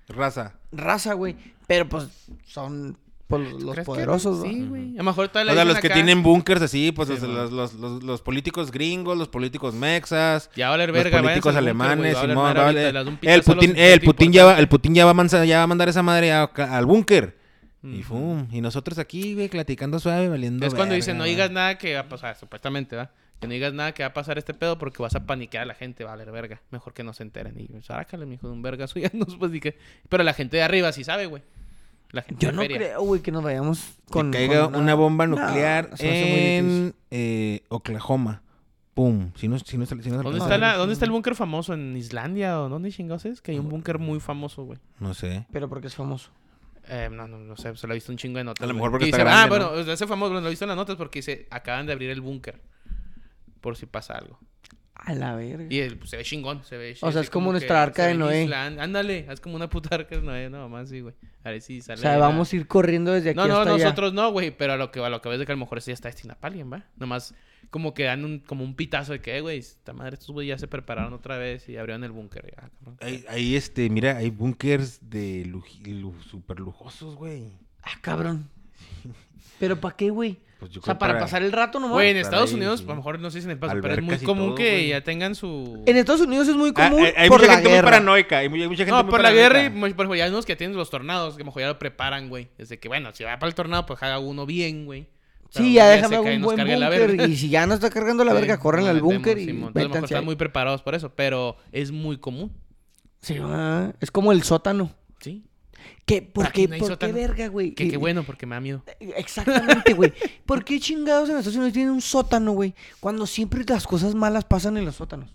Raza. raza, güey. Pero pues son pues, los ¿Crees que no? poderosos, güey. Sí, güey. A lo mejor todavía le O sea, dicen los que acá, tienen búnkers así, pues Sí, los, man. los, los, los- los políticos gringos, los políticos mexas, Ya va a valer los verga, váyanse políticos al búnker, güey, alemanes, va a valer Simón, madre va a ahorita, valer- le das un el pitazo a los Putin, el gente Putin ya va, importante. el Putin ya va a mansa- ya va a mandar esa madre a- al búnker. Y Ujú. fum, y nosotros aquí, güey, platicando suave, valiendo Es cuando dicen, verga, no güey". digas nada que va a pasar, supuestamente, ¿va? Que no digas nada que va a pasar este pedo porque vas a paniquear a la gente, va a valer verga. Mejor que no se enteren. Y sácale, mijo, de un vergazo. Ya nos pues dije. Pero la gente de arriba sí sabe, güey. La gente Yo de no feria. creo, güey, que nos vayamos con. que caiga con una... bomba No, nuclear se me hace muy difícil. en eh, Oklahoma. Pum. Si no, si no, si no- ¿Dónde no- está, la, ¿Dónde está el búnker famoso? ¿En Islandia o dónde chingados es? Que hay un búnker muy famoso, güey. No sé. Pero porque es famoso. Eh, no, no, no sé, se lo he visto un chingo de notas. A lo güey. mejor porque Que está dice, Ah, grande, ¿no? bueno, ese famoso lo he visto en las notas porque dice, acaban de abrir el búnker. Por si pasa algo. A la verga. Y el- pues, se ve chingón, se ve O así sea, es como que nuestra arca se de ve Noé. Island- Ándale, es como una puta arca de Noé, no más sí, güey. A ver si o sale. sea, la- vamos a ir corriendo desde aquí No, no, hasta allá. nosotros no, güey, pero a lo que a lo que ves de que a lo mejor ese ya está destinado a alguien, ¿va? Nomás como que dan un, como un pitazo de que, "Eh, güey, esta madre, estos güey ya se prepararon otra vez y abrieron el búnker. ya, cabrón". Ahí, ahí, este, mira, hay búnkers de luj- lu- super lujosos, güey. Ah, cabrón. ¿Pero para qué, güey? Pues yo O sea, creo para, pasar el rato nomás. Güey, en estar Estados ahí, Unidos, sí. a lo mejor no sé si en el paso, pero es muy Albercas y común todo, que güey. ya tengan su. En Estados Unidos es muy Ah, común hay, eh, hay por mucha la gente muy guerra. paranoica. Hay, mu- hay mucha gente No, muy por la paranoica. guerra y muy- por ejemplo, ya unos que tienen los tornados, que a lo mejor ya lo preparan, güey. Desde que, bueno, si va para el tornado, pues haga uno bien, güey. Pero Sí, ya se déjame cae y un nos buen carga la búnker. verga. Y si ya no está cargando la verga, Sí, corren nos al metemos, búnker y Simón. Entonces, a lo mejor vétanse están ahí. muy preparados por eso, pero es muy común. Sí, ah, es como el sótano. Sí. ¿Qué? ¿Por Aquí qué? no hay ¿Por qué sótano. verga, güey? Que Y- qué bueno, porque me da miedo. Exactamente, güey. ¿Por qué chingados en Estados Unidos tienen un sótano, güey? Cuando siempre las cosas malas pasan en los sótanos.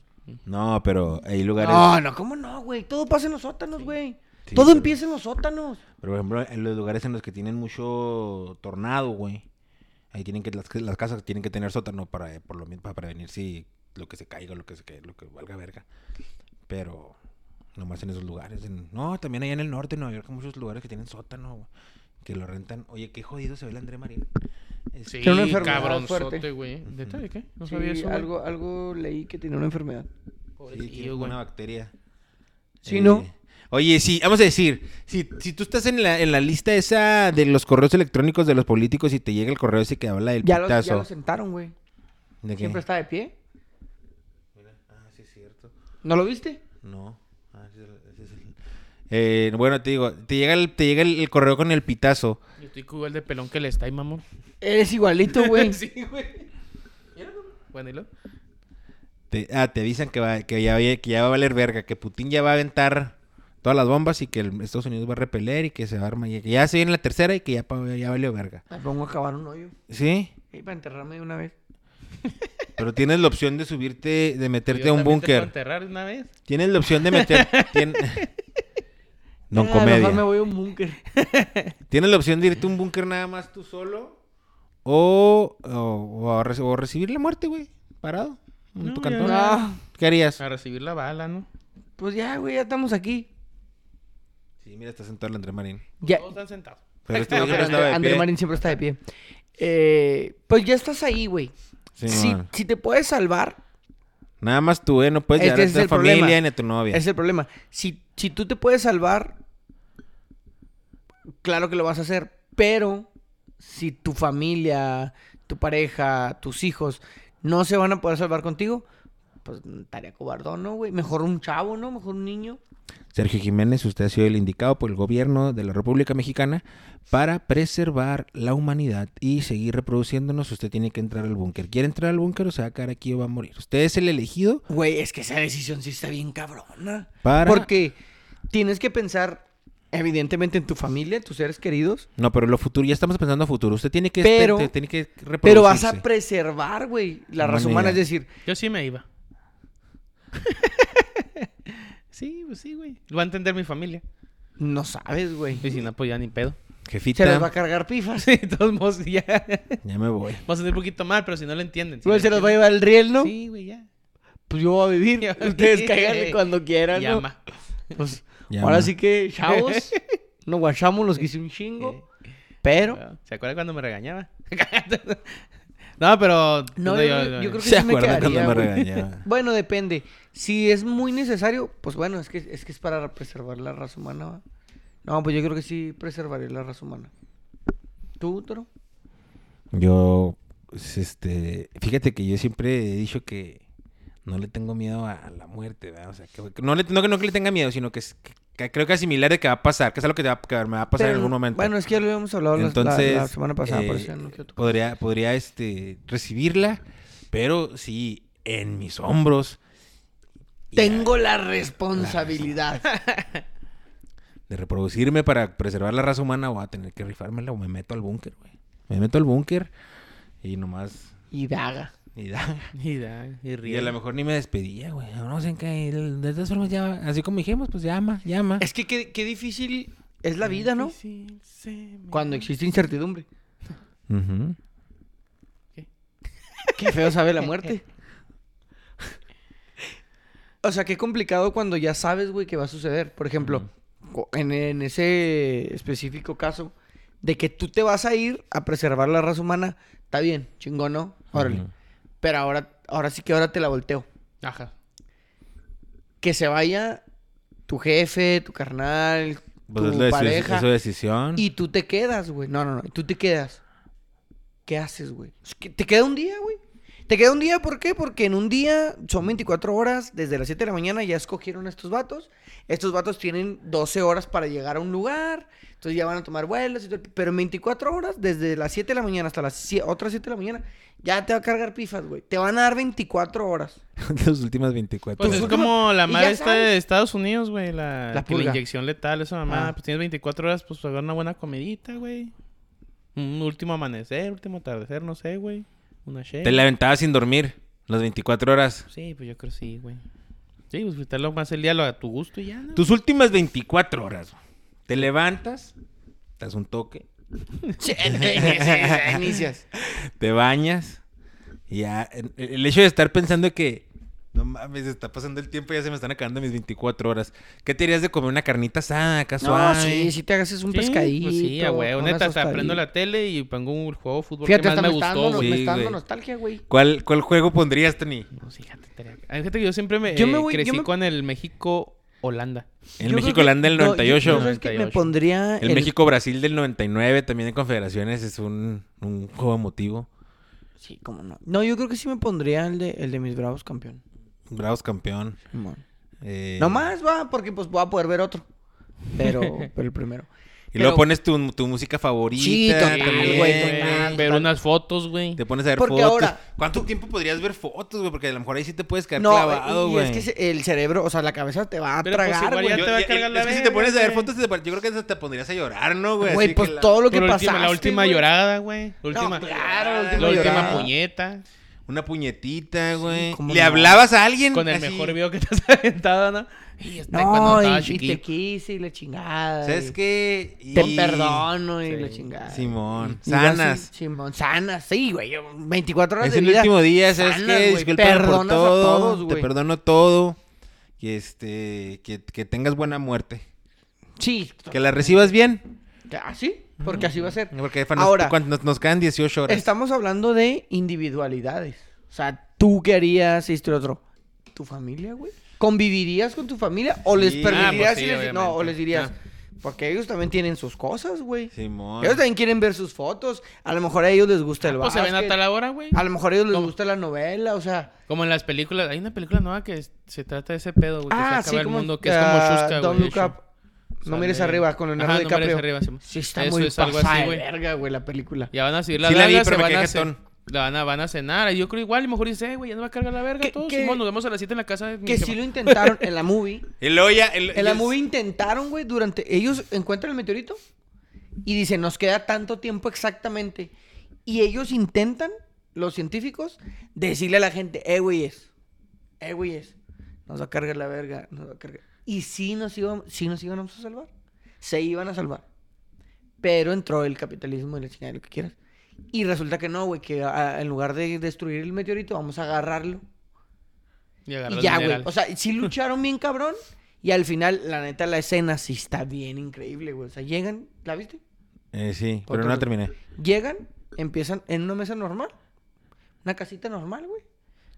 No, pero hay lugares. Ah, No, no, ¿cómo no, güey? Todo pasa en los sótanos, güey. Sí, Todo pero- empieza en los sótanos. Pero, por ejemplo, en los lugares en los que tienen mucho tornado, güey. Ahí tienen que, las, las casas tienen que tener sótano para, eh, por lo mismo, para prevenir si lo que se caiga, lo que se caiga, lo que valga verga. Pero, nomás en esos lugares. en- no, también allá en el norte, en Nueva York, hay muchos lugares que tienen sótano, güey, Que lo rentan. Oye, qué jodido se ve el André Marín. Este, Sí, Tiene una enfermedad cabronzote, fuerte. güey. ¿Neta de qué? No Sí, sabía eso. güey. algo, algo leí que tenía una enfermedad. Sí, Pobrecillo, tiene güey. una bacteria. Eh, Sí, ¿no? Oye, sí, vamos a decir, si, si tú estás en la, en la lista esa de los correos electrónicos de los políticos y te llega el correo ese que habla del Ya lo, ya pitazo. lo sentaron, güey. ¿De qué? Siempre está de pie. Ah, sí, es cierto. ¿No lo viste? No. Ah, sí, sí, sí. Eh, bueno, te digo, te llega, el, te llega el, el correo con el pitazo. Yo estoy con el de pelón que le está ahí, mamón. Eres igualito, güey. sí, güey. Bueno, ¿y lo? Te, ah, te avisan que, va, que, ya, va- que ya va a valer verga, que Putin ya va a aventar todas las bombas y que el- Estados Unidos va a repeler y que se va a armar. y que ya se viene la tercera y que ya, pa- ya valió verga. Me pongo a cavar un hoyo. Sí, Y para enterrarme de una vez. pero tienes la opción de subirte, de meterte Yo a un también te puedo búnker. enterrar de una vez? Tienes la opción de meter. tien- No Don comedia. Ah, Mejor me voy a un búnker. Tienes la opción de irte a un búnker nada más tú solo. O, o, o a reci- o recibir la muerte, güey. Parado. En No, tu ya cantón. no. Ah. ¿Qué harías? A recibir la bala, ¿no? Pues ya, güey, ya estamos aquí. Sí, mira, está sentado el André Marín. Ya. Todos están sentados. Pero este No, güey pero estaba de André, André pie. Marín siempre está de pie. Eh, pues ya estás ahí, güey. Sí, si, man. si te puedes salvar, Nada más tú, ¿eh? No puedes Es que llevar a ese tu es el familia problema. ni a tu novia. es el problema. Si, si tú te puedes salvar, claro que lo vas a hacer. Pero si tu familia, tu pareja, tus hijos no se van a poder salvar contigo, pues tarea cobardón, ¿no, güey? Mejor un chavo, ¿no? Mejor un niño. Sergio Jiménez, usted ha sido el indicado por el gobierno de la República Mexicana para preservar la humanidad y seguir reproduciéndonos. Usted tiene que entrar al búnker. ¿Quiere entrar al búnker o se va a quedar aquí o va a morir? Usted es el elegido Güey, es que esa decisión sí está bien cabrona. para... Porque tienes que pensar, evidentemente, en tu familia, en tus seres queridos, No, pero lo futuro, ya estamos pensando a futuro. Usted tiene que, Pero- te- tiene que reproducirse. pero vas a preservar, güey, la Humanidad. raza humana. Es decir, Yo sí me iba. sí, pues sí, güey. Lo va a entender mi familia. no sabes, güey. Y si no, pues ya ni pedo. Se Jefita, las va a cargar pifas. Sí, de todos modos, ya. Vamos ya me voy. a sentir un poquito mal, pero si no lo entienden. si Güey, lo Pues, se las va a entienden- llevar el riel, ¿no? Sí, güey, ya. Pues yo voy a vivir. Ya. Ustedes cáiganle cuando quieran, ¿no? Llama. Pues, Ya, ahora ma. sí que, chavos, nos guachamos, los hice un chingo. Pero, Eh, ¿Se acuerda cuando me regañaba? no, pero. No, yo- yo creo que- ¿Se sí me acuerda cuando quedaría, me güey. regañaba? bueno, depende. Si es muy necesario, pues bueno, es que es, que es para preservar la raza humana. ¿va? No, pues yo creo que sí preservaré la raza humana. ¿Tú, Toro? Yo, pues, este, fíjate que yo siempre he dicho que no le tengo miedo a, a la muerte, ¿verdad? O sea, que que no, le, no, que- no que le tenga miedo, sino que, es- que- que creo que asimilar de que va a pasar, que es algo que, te va- que me va a pasar en Pero, algún momento. Bueno, es que ya lo habíamos hablado la- la- Entonces, la, semana pasada, por eh, eso ya no quiero tocar. podría, podría este, recibirla, pero sí en mis hombros. Y a- Tengo la responsabilidad. de reproducirme para preservar la raza humana, voy a tener que rifármela o me meto al búnker, güey. Me meto al búnker y nomás. y daga. Y, da- Y, da, y y a ríe. lo mejor ni me despedía, güey. No sé en qué. De todas formas, ya, así como dijimos, pues llama, llama. Es que qué, qué difícil es la vida, ¿no? Difícil se me- Cuando existe incertidumbre. Ujú. Qué feo sabe la muerte. O sea, qué complicado cuando ya sabes, güey, que va a suceder. Por ejemplo, cu- en, en ese específico caso de que tú te vas a ir a preservar la raza humana, está bien, chingón, ¿no? Órale. Ujú. Pero ahora, ahora sí que ahora te la volteo. Ajá. Que se vaya tu jefe, tu carnal, Pues tu es, lo de su- pareja. es su decisión. Y tú te quedas, güey. No, no, no. Y tú te quedas. ¿Qué haces, güey? Es que Te queda un día, güey. Te queda un día, ¿por qué? Porque en un día son 24 horas, desde las 7 de la mañana ya escogieron a estos vatos. Estos vatos tienen 12 horas para llegar a un lugar, entonces ya van a tomar vuelos. y todo el pe- Pero en 24 horas, desde las 7 de la mañana hasta las sie- otras 7 de la mañana, ya te va a cargar pifas, güey. Te van a dar 24 horas. Las últimas 24 Pues es horas. como la Y ya madre esta sabes. de Estados Unidos, güey. La, La que la purga. inyección letal, esa mamá. Ah. Pues tienes 24 horas, pues para una buena comidita, güey. Un último amanecer, último atardecer, no sé, güey. Una shake. Te la aventabas sin dormir las 24 horas. Sí, pues yo creo que sí, güey. Sí, pues disfrutarlo más el día lo- a tu gusto y ya, ¿no? Tus últimas 24 horas. güey. Te levantas, te das un toque, Sí, inicias, inicias. te bañas y ya el, el hecho de estar pensando que no mames, está pasando el tiempo y ya se me están acabando mis 24 horas. ¿Qué te harías de comer una carnita asada, acá No, suave? sí, si te haces un Sí, pescadito. Pues sí, a huevo. unas Neta, hasta prendo tostaditas. la tele y pongo un juego de fútbol Fíjate, que más hasta me me, está gustó, dando, güey. me Sí, está dando güey. nostalgia, güey. ¿Cuál, ¿Cuál juego pondrías, Tony? No, sí, fíjate, estaría- Hay gente que yo siempre me, Yo me eh, voy- yo crecí me- con el México-Holanda. El Yo creo que- México-Holanda del no, yo- 98. yo sabes que me 98. pondría el México-Brasil del 99, también en Confederaciones, es un, un juego emotivo. Sí, cómo no. No, yo creo que sí me pondría el de, el de mis bravos campeón. Bravos campeón. Simón. Eh, No más, va, porque pues voy a poder ver otro. Pero, pero el primero. Y luego Pero- pones tu, tu música favorita. Sí, total, también, güey, güey. total. Ver unas fotos, güey. Te pones a ver Porque fotos. ahora- ¿Cuánto tiempo podrías ver fotos, güey? Porque a lo mejor ahí sí te puedes quedar No, clavado, y- y güey. es que se- el cerebro, o sea, la cabeza te va a Pero, pues, tragar, igual güey. ya Yo- te va a y- cargar la es que si te verga, pones a ver güey. fotos, te- yo creo que hasta te pondrías a llorar, ¿no, güey? Güey, Así pues que la- todo lo que Por pasaste. última- la última güey. llorada, güey. La última, claro, la la última última llorada. puñeta. Una puñetita, güey. ¿cómo Le no? hablabas a alguien. Con el así. mejor video que te has aventado, ¿no? Y este, cuando No, estaba y, y chiquillo. te quise y la chingada. ¿Sabes y qué? Te Y- perdono y Sí. la chingada. Simón. Y yo así, Sanas. Simón, sanas, sí, güey. yo 24 horas Es de el vida. último día, ¿sabes sanas, qué? güey, Disculpa por perdonas a todo. todos, te güey. perdono todo. Que este. Que, que tengas buena muerte. Sí. Que la recibas bien. Así, Ah, porque así va a Mm. ser. Porque fa, nos, Ahora, cuan- nos, nos quedan 18 horas. estamos hablando de individualidades. O sea, tú querías esto y lo otro. ¿Tu familia, güey? ¿Convivirías con tu familia? ¿O les Sí. Ah, pues permitirías sí, y les- No, o obviamente. les dirías. Ah. Porque ellos también tienen sus cosas, güey. Simón. Ellos también quieren ver sus fotos. A lo mejor a ellos les gusta el Pues se ven a básquet. tal hora, güey. A lo mejor a ellos les ¿Cómo? gusta la novela, o sea. Como en las películas. Hay una película nueva que es- se trata de ese pedo, güey. que se ah, acaba sí, el como, mundo. Que es ah, como Shuska, güey. Don't de Look hecho. Up. No Sale- mires arriba con Leonardo Ajá, DiCaprio. No mires arriba, Simón. Sí, está Eso muy es algo pasada así, de güey. verga, güey, la película. Ya van a subir la Sí la vi, larga, pero se me van quedé a ce- jetón. La van a, van a cenar. Yo creo igual, a lo mejor dice, "Eh, güey, ya no va a cargar la verga Que- todos. que- Simón, nos vemos a las 7 en la casa de mi Que jefa". sí lo intentaron en la movie. El Oya. El, En la movie intentaron, güey, durante... Ellos encuentran el meteorito y dicen, nos queda tanto tiempo exactamente. Y ellos intentan, los científicos, decirle a la gente, eh, güeyes, eh, güeyes, nos va a cargar la verga, nos va a cargar. Y sí nos, íbamos, sí nos íbamos a salvar. Se iban a salvar. Pero entró el capitalismo y la chingada y lo que quieras. Y resulta que no, güey, que ah, en lugar de destruir el meteorito, vamos a agarrarlo Y agarrar y el ya, güey. mineral. O sea, sí lucharon bien cabrón. Y al final, la neta, la escena sí está bien increíble, güey. O sea, llegan, ¿la viste? Eh, sí, pero Otro- no la terminé. Llegan, empiezan en una mesa normal. Una casita normal, güey.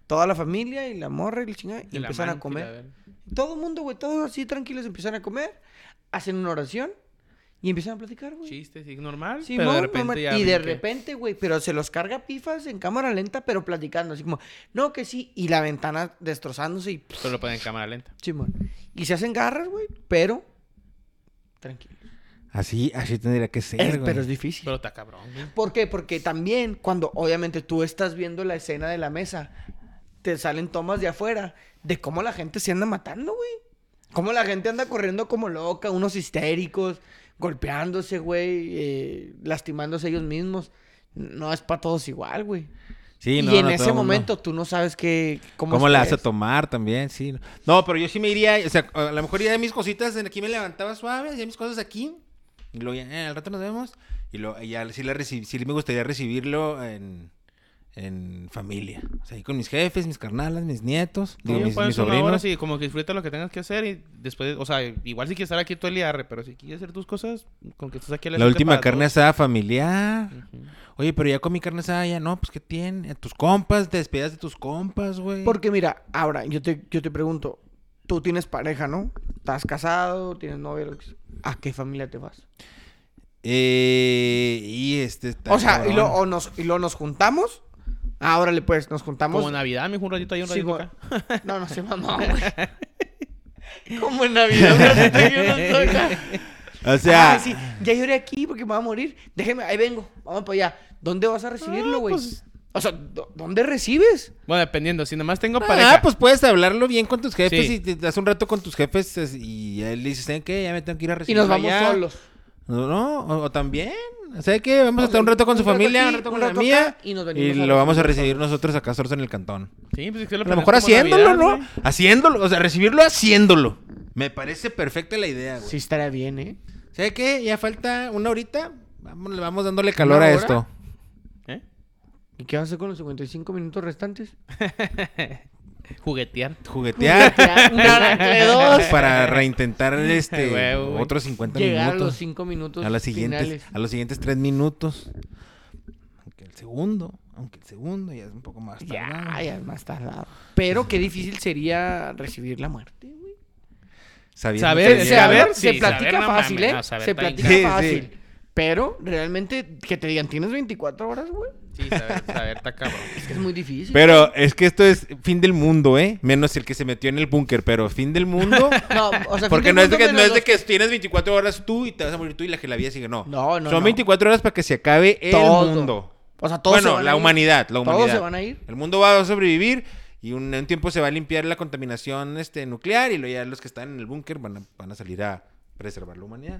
Toda la familia y la morra y la chingada. Y Y la empiezan man- a y la comer. verga. Todo el mundo, güey, todos así tranquilos empiezan a comer. Hacen una oración. Y empiezan a platicar, güey. Chistes, sí, normal. Sí, pero de mon, repente mamá. ya y de ven que- repente, güey, pero se los carga pifas en cámara lenta, pero platicando, así como, no, que sí, y la ventana destrozándose y Pero lo ponen en cámara lenta. Simón. Y se hacen garras, güey, pero. Tranquilo. Así, así tendría que ser, Es- güey. pero es difícil. Pero está cabrón, güey. ¿Por qué? Porque también, cuando obviamente tú estás viendo la escena de la mesa, te salen tomas de afuera de cómo la gente se anda matando, güey. Cómo la gente anda corriendo como loca, unos histéricos, golpeándose, güey, eh, lastimándose ellos mismos. No es para todos igual, güey. Sí, y no, en no, todo ese el mundo. momento tú no sabes qué. ¿Cómo, ¿Cómo es la que vas a es. tomar también? Sí. No, pero yo sí me iría, o sea, a lo mejor iría de mis cositas, en- aquí me levantaba suave, hacía mis cosas aquí, y luego ya, eh, al rato nos vemos, y luego ya sí, la reci- sí me gustaría recibirlo en, en familia. O sea, ahí con mis jefes, mis carnalas, mis nietos, digo, Sí, mis, pueden mis ser una hora, sobrinos. sí, como que disfruta lo que tengas que hacer y después, o sea, igual si quieres estar aquí todo el día, arre, pero si quieres hacer tus cosas, con que estás aquí a las La siete última para Mm. carne todos. asada familiar. Ujú. Oye, pero ya comí carne asada, ya no, pues ¿qué tiene? A Tus compas, te despidas de tus compas, güey. Porque mira, ahora yo te, yo te pregunto, tú tienes pareja, ¿no? Estás casado, tienes novia, lo que sea. ¿a qué familia te vas? Eh, y este está o sea, y cabrón. luego nos, y luego nos juntamos. Ahora le pues, nos juntamos. Como Navidad, mijo, un ratito ahí, un Sí, ratito güey. acá. No, no se mamó, güey. Como en Navidad, un ratito aquí, un ratito acá. O sea, Ay, Ah, sí, ya lloré aquí porque me va a morir. Déjeme, ahí vengo, vamos para allá. ¿Dónde vas a recibirlo, Ah, güey? pues- O sea, ¿dó- ¿dónde recibes? Bueno, dependiendo, si nomás tengo Ah, pareja. pues puedes hablarlo bien con tus jefes Sí. y te das un rato con tus jefes es- y ya le dices, ¿saben qué? Ya me tengo que ir a Y recibir. nos vamos pues, allá". solos. No, no, o, o también. ¿Sabes qué? Vamos a estar un rato con su un rato familia, aquí, un rato con un la rato mía acá, y nos y venimos a lo vamos a recibir recibir nosotros acá solos en el cantón. Sí, pues es que lo A lo planeas mejor como haciéndolo, Navidad, ¿no? güey. Haciéndolo, o sea, recibirlo haciéndolo. Me parece perfecta la idea, güey. Sí, estaría bien, ¿eh? ¿Sabes qué? Ya falta una horita. Vamos, le vamos dándole calor ¿Una a hora? esto. ¿Eh? ¿Y qué vas a hacer con los 55 minutos restantes? Juguetear. Juguetear un aracle dos. para reintentar este Güey, güey. otros 50 Llegar a minutos. los 5 minutos A, las siguientes, finales. a los siguientes tres minutos. Aunque el segundo, aunque el segundo ya es un poco más tardado. Ya, ya es más tardado. Pero qué difícil sería recibir la muerte, güey. Sabiendo Saber, que Sí, Se- llega- saber, a ver, sí, se platica saber, no fácil, mames, ¿eh? no, saber se está bien platica cabrón. Sí, fácil. sí. Pero realmente que te digan, tienes 24 horas, güey. Sí, saber, saber está cabrón. Es que es muy difícil. Pero es que esto es fin del mundo, ¿eh? Menos el que se metió en el búnker, pero fin del mundo. No, o sea, Porque fin no es, de mundo que, no menos es de los- que tienes 24 horas tú y te vas a morir tú y la, que la vida sigue. No. No, no, Son no. 24 horas para que se acabe Todo. el mundo. O sea, todos se bueno, van la a ir. humanidad, la Todos humanidad. se van a ir. El mundo va a sobrevivir y un, en un tiempo se va a limpiar la contaminación este, nuclear y luego ya los que están en el búnker van a, van a salir a preservar la humanidad,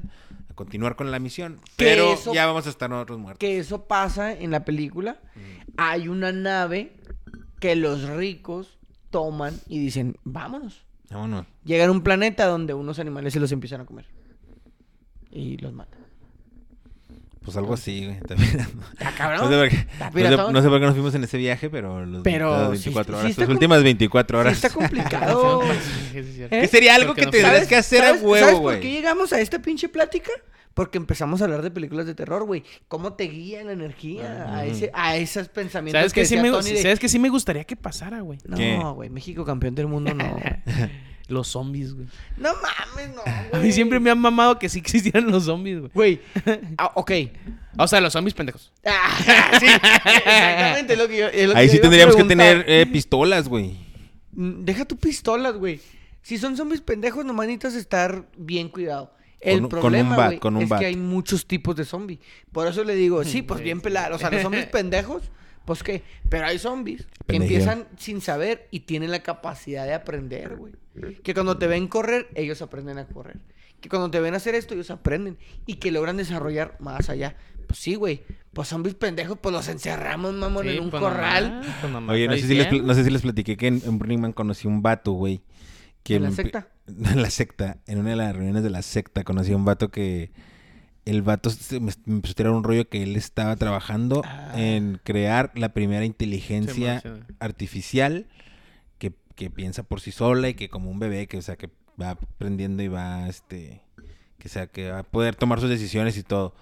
a continuar con la misión. Que Pero eso- ya vamos a estar nosotros muertos. Que eso pasa en la película. Mm. Hay una nave que los ricos toman y dicen, vámonos. Vámonos. Llegan a un planeta donde unos animales se los empiezan a comer. Y los matan. Pues algo así, güey. también. Ah, Está No cabrón. sé, por Pues qué, Está no sé- piratón. no sé por qué nos fuimos en ese viaje, pero los Pero las sí- 24 sí horas, está las com- últimas 24 Sí horas. está complicado. Sí, sí, sí. ¿Eh? Que sería algo Porque que no tendrías sabes- que hacer a ¿Sabes- huevo, ¿Sabes por qué güey. llegamos a esta pinche plática? Porque empezamos a hablar de películas de terror, güey. ¿Cómo te guía la energía a, ese, a esos pensamientos? Ah, ¿Sabes qué que sí decía me, Tony de, ¿Sabes qué sí me gustaría que pasara, güey? ¿Qué? No, güey, México campeón del mundo, no. güey". Los zombies, güey. no mames, no. A güey. mí siempre me han mamado que sí existieran los zombies, güey. Güey, ah, ok. O sea, los zombies pendejos. Ah, sí, exactamente es lo que yo. es lo Ahí yo sí iba a tendríamos que preguntar. tener eh, pistolas, güey. Mm, Deja tu pistolas, güey. Si son zombies pendejos, nomás necesitas estar bien cuidado. El Con un- con un problema, bat, güey, con un es bat. que hay muchos tipos de zombies. Por eso le digo, sí, pues güey. bien pelados. O sea, los zombies pendejos, pues qué. Pero hay zombies que Pendejeo. empiezan sin saber y tienen la capacidad de aprender, güey. Que cuando te ven correr, ellos aprenden a correr. Que cuando te ven hacer esto, ellos aprenden. Y que logran desarrollar más allá. Pues sí, güey. Pues zombies pendejos, pues los encerramos, mamón, Sí, en un pues corral. nomás, pues nomás Oye, no sé, si les, pl- diciendo. no sé si les platiqué que en, en Burning Man conocí un vato, güey. que ¿En la me empe- secta? En la secta. En una de las reuniones de la secta conocí a un vato que... El vato se- me, me empezó a tirar un rollo que él estaba trabajando Ah. en crear la primera Sí, inteligencia bueno, sí, bueno. artificial que, que piensa por sí sola y que como un bebé que, o sea, que va aprendiendo y va, este... Que, o sea, que va a poder tomar sus decisiones y todo.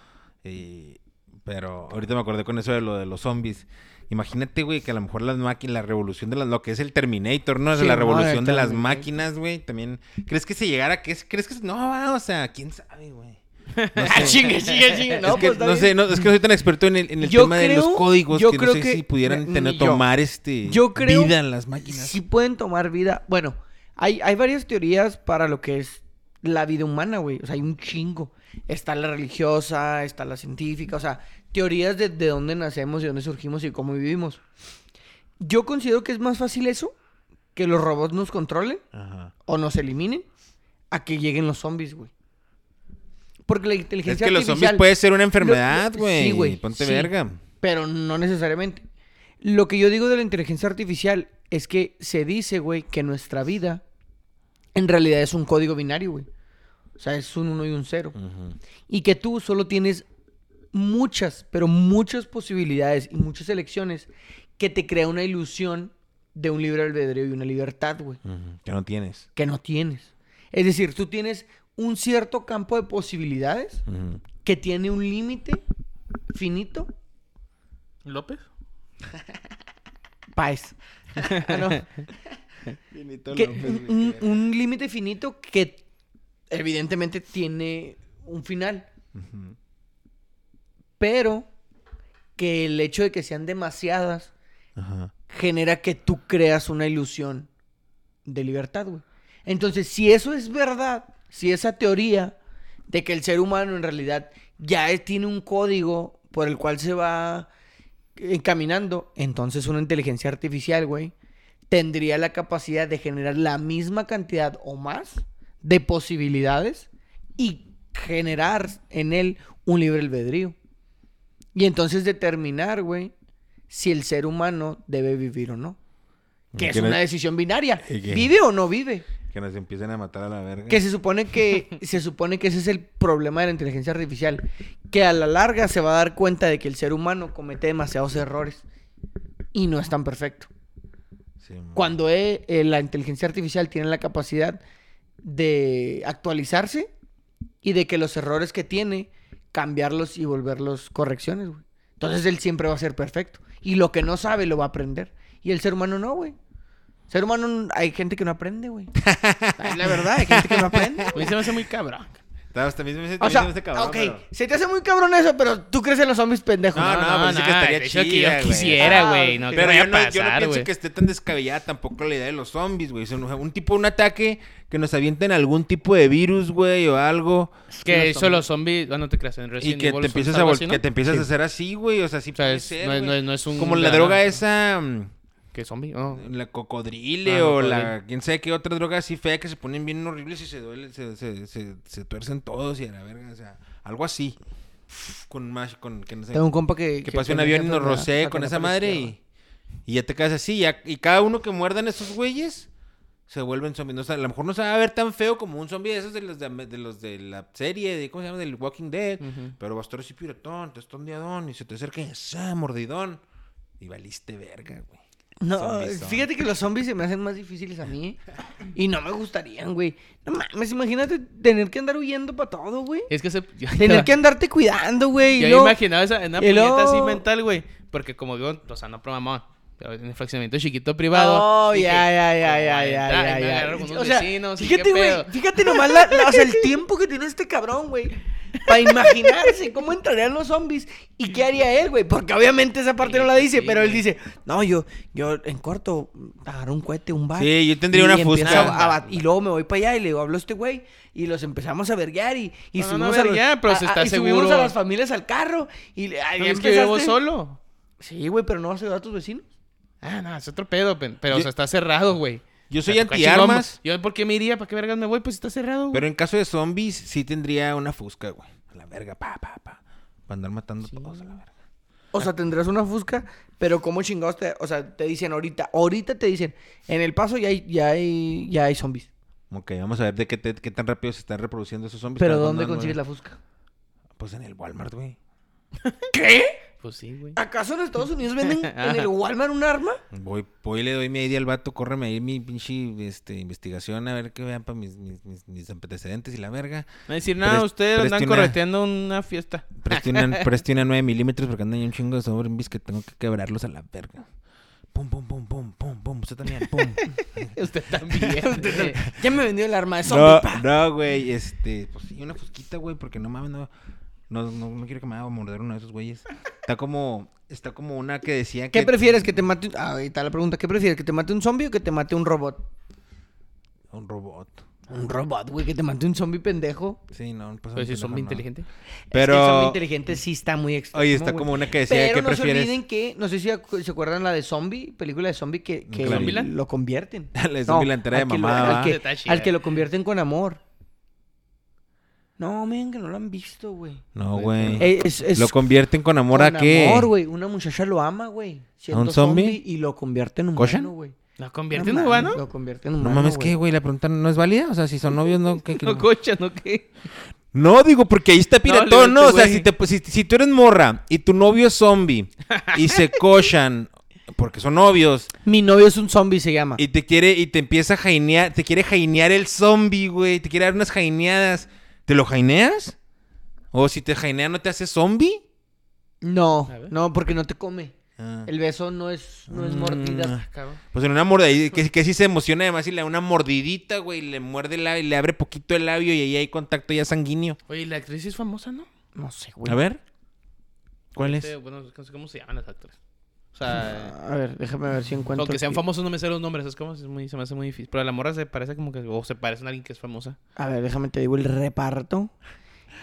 Y- pero ahorita me acordé con eso de lo de los zombies. Imagínate, güey, que a lo mejor las máquinas, la revolución de las, lo que es el Terminator, ¿no? O sea, Sí, la madre, revolución de las Terminator. máquinas, güey, también. ¿Crees que se llegara a que es- ¿Crees que es- No, ah, o sea, quién sabe, güey. No Ah, sé. chingue, chingue, chingue. es que, pues, está no bien. sé, no, es que no soy tan experto en el, en el Yo tema de los creo- códigos yo que no creo sé que- si pudieran ni tener, yo. tomar este Yo creo- vida en las máquinas. Sí pueden tomar vida. Bueno, hay, hay varias teorías para lo que es la vida humana, güey. O sea, hay un chingo. Está la religiosa, está la científica, o sea, teorías de, de dónde nacemos, de dónde surgimos y cómo vivimos. Yo considero que es más fácil eso, que los robots nos controlen Ajá. o nos eliminen, a que lleguen los zombies, güey. Porque la Es inteligencia que los zombies artificial- puede ser una Lo- enfermedad, sí, güey. güey, Ponte sí. verga. Pero no necesariamente. Lo que yo digo de la inteligencia artificial es que se dice, güey, que nuestra vida en realidad es un código binario, güey. O sea, es un uno y un cero. Ujú. Y que tú solo tienes muchas, pero muchas posibilidades y muchas elecciones que te crea una ilusión de un libre albedrío y una libertad, güey Ujú. Que no tienes. que no tienes. Es decir, tú tienes un cierto campo de posibilidades Ujú. que tiene un límite finito. ¿López? Paez. Ah, no. Que- pues, un un- un límite finito que evidentemente tiene un final. Ujú. Pero que el hecho de que sean demasiadas Ajá. genera que tú creas una ilusión de libertad, güey. Entonces, si eso es verdad, si esa teoría de que el ser humano en realidad ya es- tiene un código por el cual se va eh, encaminando, entonces una inteligencia artificial, güey, tendría la capacidad de generar la misma cantidad o más de posibilidades y generar en él un libre albedrío. Y entonces determinar, güey, si el ser humano debe vivir o no. Que es Que no- una decisión binaria. ¿Y qué? Eh. ¿Vive o no vive? Que nos empiecen a matar a la verga. Que se supone que se supone que ese es el problema de la inteligencia artificial, que a la larga se va a dar cuenta de que el ser humano comete demasiados errores y no es tan perfecto. Sí, mo- Cuando eh, eh, la inteligencia artificial tiene la capacidad de actualizarse y de que los errores que tiene cambiarlos y volverlos correcciones, güey. Entonces él siempre va a ser perfecto y lo que no sabe lo va a aprender y el ser humano no, güey. Ser humano, hay gente que no aprende, güey. Es la verdad, hay gente que no aprende. A mí se me hace muy cabrón. Estabas- También me O también sea, se me hace este cabrón, ok, pero- se te hace muy cabrón eso, pero tú crees en los zombies pendejos. No, no, pero sí que estaría de hecho, que chida, yo güey. quisiera, Ah, güey. no, ok. que Pero vaya yo a no, yo no pasar, pienso güey. que esté tan descabellada tampoco la idea de los zombies, güey. O sea, Un tipo, un ataque que nos avienten algún tipo de virus, güey, o algo. Es que de hecho los zombies, ah, no te creas, en Y Resident que Evil te son empiezas a algo vol- así, ¿no? que te empiezas Sí. a hacer así, güey. O sea, sí O sea, puede es- ser, no es- güey. no es- no es un- Como la nada, droga güey. esa, mm, ¿Qué zombie? oh. No. la cocodrile Ah, o la cocodrilo. quién sabe qué otra droga así fea que se ponen bien horribles y se duelen, se, se, se, se tuercen todos y a la verga, o sea, algo así. Con más, con que no sé. Tengo un compa que... que pase un avión y nos rocee rosé con esa madre y, y ya te quedas así. ya- y cada uno que muerdan esos güeyes se vuelven zombies. No, sa- a lo mejor no se va a ver tan feo como un zombie de esos de los de, de los de la serie, de, ¿cómo se llama? Del Walking Dead. Ujú. Pero vas a estar así piratón, te estondeadón y se te acerca y ¡sa! mordidón. Y valiste verga, güey. No, Zombies son. fíjate que los zombies se me hacen más difíciles a mí. Y no me gustarían, güey. No mames, imagínate tener que andar huyendo para todo, güey. Eh, Es que se... Tener que andarte cuidando, güey. y Yo luego- imaginaba esa, una y puñeta luego- así mental, güey. Porque como digo, o sea, no pro mamón. Pero en el fraccionamiento chiquito privado. Oh, dije, ya, ya, ¿cómo ya, voy a ya, ya, entrar? ya, Y me ya. agarro con unos O sea, vecinos y fíjate, qué güey, pedo. fíjate nomás la- la- o sea, el tiempo que tiene este cabrón, güey. Para imaginarse cómo entrarían los zombies y qué haría él, güey. Porque obviamente esa parte no la dice, Sí, pero él güey. dice, no, yo, yo en corto agarro un cohete, un bar. Sí, yo tendría y una empiezo fusca. a- a bat- y luego me voy para allá y le digo, hablo a este güey. Y los empezamos a verguear y, y No, no, no subimos a verguear, los, pero a- se a- está y subimos a seguro. las familias al carro. Y le- ahí Pero es que yo vivo empezaste. solo. Sí, güey, pero no vas a ayudar a tus vecinos. Ah, no, es otro pedo, pen- pero Yo- o sea, está cerrado, güey. Yo O sea, soy ¿por qué chingón, antiarmas, Yo, ¿por qué me iría? ¿Para qué vergas me voy? Pues está cerrado, güey. pero en caso de zombies sí tendría una fusca, güey. A la verga, pa, pa, pa. Para andar matando a todos a la verga. O sea, tendrás una fusca, pero ¿cómo chingados te...? O sea, te dicen ahorita, ahorita te dicen, en el paso ya hay, ya hay, ya hay zombies. Ok, vamos a ver de qué, te- qué tan rápido se están reproduciendo esos zombies. Pero Cada ¿dónde uno- consigues la fusca? Pues en el Walmart, güey. ¿Qué? Pues sí, güey. ¿Acaso en Estados Unidos venden en el Walmart un arma? Voy, voy y le doy mi idea al vato, córreme ahí mi pinche este, investigación a ver qué vean para mis, mis, mis, mis antecedentes y la verga. No decir nada, Pres- ustedes andan preste una- correteando una fiesta. Preste una, preste una 9 milímetros porque andan ahí un chingo de zombies que tengo que quebrarlos a la verga. Pum, pum, pum, pum, pum, pum, usted también, pum. Usted también. Ya me vendió el arma de zombie, no, pa. no, güey, este, pues sí, una fusquita, güey, porque no mames, no, no, no, no quiero que me haga morder uno de esos güeyes. Está como, está como una que decía que... ¿Qué prefieres, que te mate un... Ah, ahí está la pregunta. ¿Qué prefieres, que te mate un zombie o que te mate un robot? Un robot. Un robot, güey, que te mate un zombie pendejo. Sí, no, no pasa Pues si pendejo, son muy no. inteligentes. Pero... Es que el zombie inteligente sí está muy extremo, Oye, está güey. como una que decía Pero que no prefieres... se olviden que, no sé si acu- se acuerdan la de zombie, película de zombie que, que ¿Zombieland? lo convierten. La de Zombieland era de al que lo- mamada, al, ¿verdad? que, Está chida. al que lo convierten con amor. No, men, que no lo han visto, güey. No, güey. Eh, Es, es Lo convierten con amor con a qué? amor, güey. Una muchacha lo ama, güey. Siendo un zombie? Y lo convierte en ¿Cochan? humano, güey. ¿Lo convierte No en mames, humano? Lo convierte en no humano, mames, ¿qué, güey. güey? La pregunta no es válida. O sea, si son novios, no. ¿Qué, qué- ¿Lo cocha, no qué? No, digo, porque ahí está piratón, No, ¿no? le O sea, gusta, si, te, pues, si, si tú eres morra y tu novio es zombie y se cochan porque son novios Mi novio es un zombie, se llama. y te quiere y te empieza a jainear, te quiere jainear el zombie, güey. Te quiere dar unas jaineadas. ¿Te lo jaineas? ¿O si te jainea no te hace zombie? No, A ver. no, porque no te come. Ah. El beso no es, no es Mm. mordida. Pues en una mordidita, que, que sí se emociona además y le da una mordidita, güey, le muerde el labio, le abre poquito el labio y ahí hay contacto ya sanguíneo. Oye, la actriz es famosa, ¿no? No sé, güey. A ver. ¿Cuál es? Este, Bueno, no sé cómo se llaman las actrices. O sea, A ver, déjame ver si encuentro. aunque sean aquí. famosos no me sé los nombres, es como es muy, se me hace muy difícil. Pero la morra se parece como que, o se parece a alguien que es famosa. A ver, déjame te digo el reparto.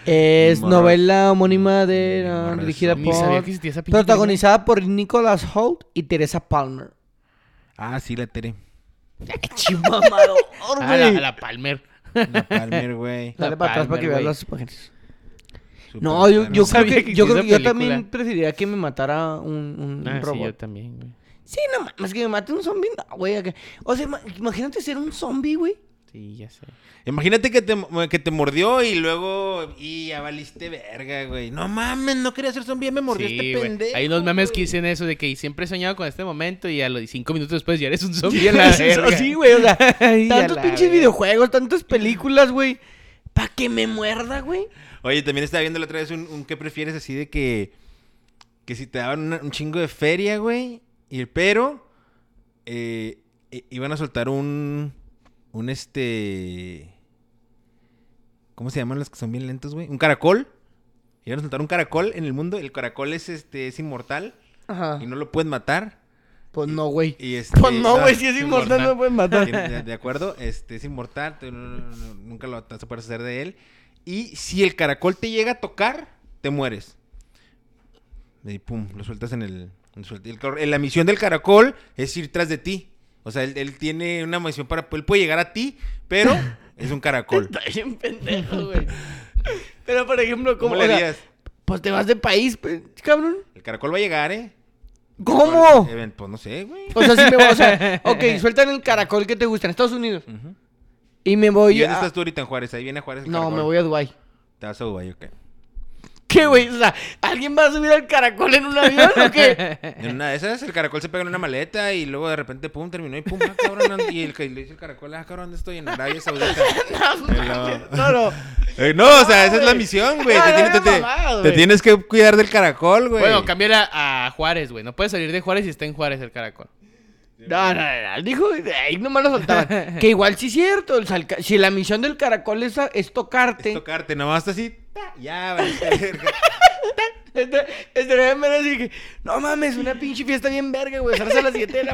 Es Morras. novela homónima de Mm, ah, morras dirigida son- Ni sabía por que existía esa pinche protagonizada por Nicholas Holt y Teresa Palmer. Ah, sí, la Tere. Chimamador, película. güey. Ah, la, a la Palmer. La Palmer, güey. Dale la para atrás Palmer, para que veas güey. las páginas. Super No, yo, Palmer. yo creo sabía que, que yo, creo existía que esa yo también película. preferiría que me matara un, un Ah, sí, yo robot. también, güey. Sí, no mames, que me mate un zombie, no, güey. acá. O sea, ima- imagínate ser un zombie, güey. Sí, ya sé. Imagínate que te, que te mordió y luego... Y ya valiste verga, güey. No mames, no quería ser zombie, ya me mordió Sí, este güey. pendejo. Hay unos memes que güey. dicen eso de que siempre he soñado con este momento y a los cinco minutos después ya eres un zombie. a la verga. sí, güey, o sea, Ay, a tantos la pinches verga. videojuegos, tantas películas, güey. ¿Para que me muerda, güey? Oye, también estaba viendo la otra vez un, un qué prefieres así de que. Que si te daban una- un chingo de feria, güey. Y pero. eh, i- iban a soltar un. Un este. ¿Cómo se llaman los que son bien lentos, güey? Un caracol. Y van a soltar un caracol en el mundo. El caracol es, este, es inmortal Ajá. y no lo pueden matar. Pues no, güey. Y este, Ah. Pues no, ah, güey, si es inmortal no inmortal. lo pueden tiene- matar. De, de acuerdo, este es inmortal, tú no- no- no- nunca lo te puedes hacer de él. Y si el caracol te llega a tocar, te mueres. Y pum, lo sueltas en el. lo sueltas. Y el car- la misión del caracol es ir tras de ti. O sea, él, él tiene una misión para. Él puede llegar a ti, pero es un caracol. Está bien pendejo, güey. Pero, por ejemplo, ¿Cómo ¿cómo le o sea, harías? Pues te vas de país, pues, cabrón. El caracol va a llegar, ¿eh? ¿Cómo? Eh, Pues no sé, güey. O sea, si me voy, o sea, ok, sueltan el caracol que te gusta en Estados Unidos. Ujú. Y me voy ¿Y dónde a... estás tú ahorita en Juárez? Ahí viene Juárez. el ah, No, caracol. me voy a Dubai. Te vas a Dubái, ok. ¿Qué, güey? O sea, ¿alguien va a subir al caracol en un avión o qué? En una de esas, el caracol se pega en una maleta y luego de repente, pum, terminó y pum, ah, cabrón. ando- Y el que le dice el caracol, ah, cabrón, ¿dónde estoy? En Arabia Saudita. No, no, no. Eh, no, o sea, esa es la güey. misión, güey. No, Te, no, tienes- no, te- te- mamada, te güey. tienes que cuidar del caracol, güey. Bueno, cambiar a, a Juárez, güey. No puedes salir de Juárez si está en Juárez el caracol. No, no, no, no, dijo, ahí nomás lo soltaban. Que igual sí es cierto, o sea, el ca- si la misión del caracol es, a- es tocarte, Es tocarte, nomás así. ta, Ya, valiste verga. este- este era de manera así que, no mames, una pinche fiesta bien verga, güey, sales a las 7 de la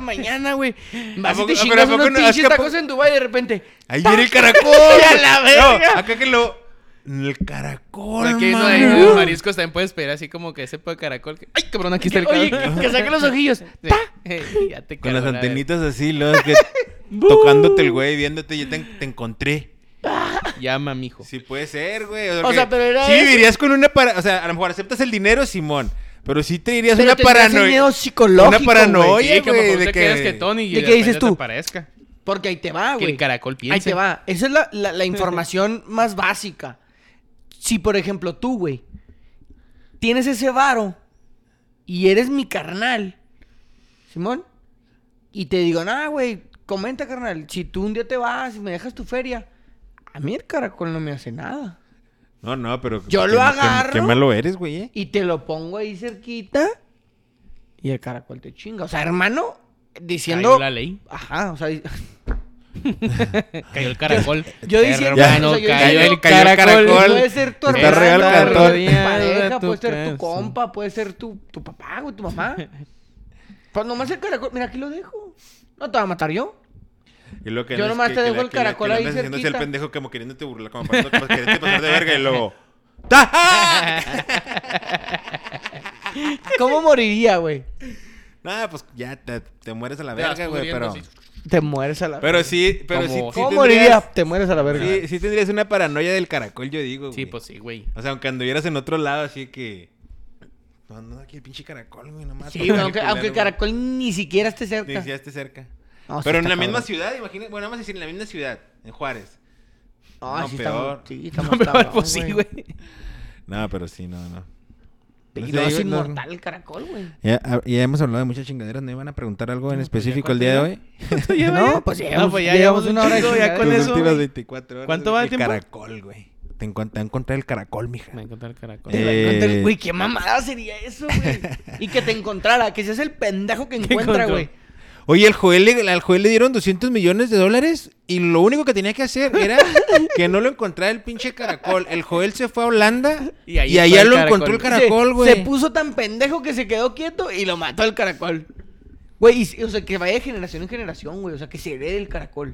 mañana, güey. Vas y poco- pero te a chingas poco unos no- es que pinches a tacos poco- en Dubái y de repente, Ahí viene el caracol. ¡Ya la verga! No, acá que lo. El caracol. Aquí no hay mano. los mariscos también puedes pedir así como que sepa caracol. que- ¡Ay, cabrón! Aquí está el oye, caracol. que, que saque los ojillos, ¡ta! Sí, ya te Con cargó las la antenitas así, luego que. tocándote el güey, viéndote, yo te, te encontré. verga. Llama, mijo. Sí puede ser, güey. O, sea, pero era Sí eso. vivirías con una para... O sea, a lo mejor aceptas el dinero, Simón. Pero sí te dirías Pero una tendrás un paranoia. miedo psicológico, Una paranoia. güey, oye, sí, que a lo güey, mejor de te que- quedas que Tony y ¿De de qué dices repente tú? te parezca. Porque ahí te va, Que güey. el caracol piense. Ahí te va. Esa es la, la- la información más básica. Si, por ejemplo, tú, güey, tienes ese varo y eres mi carnal, Simón, y te digo, nah, güey, comenta, carnal, si tú un día te vas y me dejas tu feria, a mí el caracol no me hace nada. No, no, pero... Yo qué- lo qué- agarro. Qué, malo eres, güey, eh. Y te lo pongo ahí cerquita y el caracol te chinga. O sea, hermano, diciendo... Cayó la ley. Ajá, o sea, di- Cayó el caracol. yo diciendo... Ya, o Hermano, sea, yo cayó diciendo- el caracol. Pues, Puede ser tu Está hermano, real puede cartón. ser tu pareja, puede ser tu Sí. compa, puede ser tu, tu papá, güey, tu mamá. Pues nomás el caracol, mira, aquí lo dejo. No te va a matar yo. Y lo que Yo no es nomás que- te que dejo la- el que la- caracol que la ahí andas haciéndose el cerquita. pendejo como queriéndote burlar, como pasando- como queriéndote pasar de verga y luego... ¡Taja! Ah, ¿Cómo moriría, güey? Nah, pues ya te, te mueres a la Te vas verga, güey, pero... pudriendo, sí. Te mueres a la verga. Pero sí, pero sí, sí Como- ¿Cómo tendrías- moriría? Te mueres a la verga. Sí, sí tendrías una paranoia del caracol, yo digo, Sí, güey. pues sí, güey. O sea, aunque anduvieras en otro lado, así que... No, no, aquí el pinche caracol, güey, nomás. Sí, güey, aunque, aunque el caracol ni siquiera esté cerca. Ni esté cerca. No, sí Pero en está la cabrón. misma ciudad, imagínate. Bueno, vamos a decir en la misma ciudad, en Juárez. Ah, no, sí peor. Está, sí, está No, más pero cabrón, pues sí, güey. No, pero sí, no, no. No sé, Y no, Pues es güey, no. inmortal el caracol, güey. Ya, ah, ya hemos hablado de muchas chingaderas. ¿No iban a preguntar algo en No, pues, ya específico el día de hoy? No, pues llevamos, No, pues ya llevamos llevamos una hora de un chingo, ya chingadera. con Tus eso, últimas güey. 24 horas, ¿Cuánto güey. va el El tiempo? caracol, güey. Te, encon- te va a encontrar el caracol, mija. Me encanta el caracol. Eh, Te va a encontrar- Güey, qué mamada sería eso, güey. Y que te encontrara, que seas el pendejo que encuentra, encontró? güey. Oye, al Joel, le- al Joel le dieron 200 millones de dólares y lo único que tenía que hacer era que no lo encontrara el pinche caracol. El Joel se fue a Holanda y, Y ahí está allá el lo caracol. encontró el Se- caracol, Se- güey. Se puso tan pendejo que se quedó quieto y lo mató el caracol. Güey, y- o sea, que vaya de generación en generación, güey. O sea, que se herede el caracol.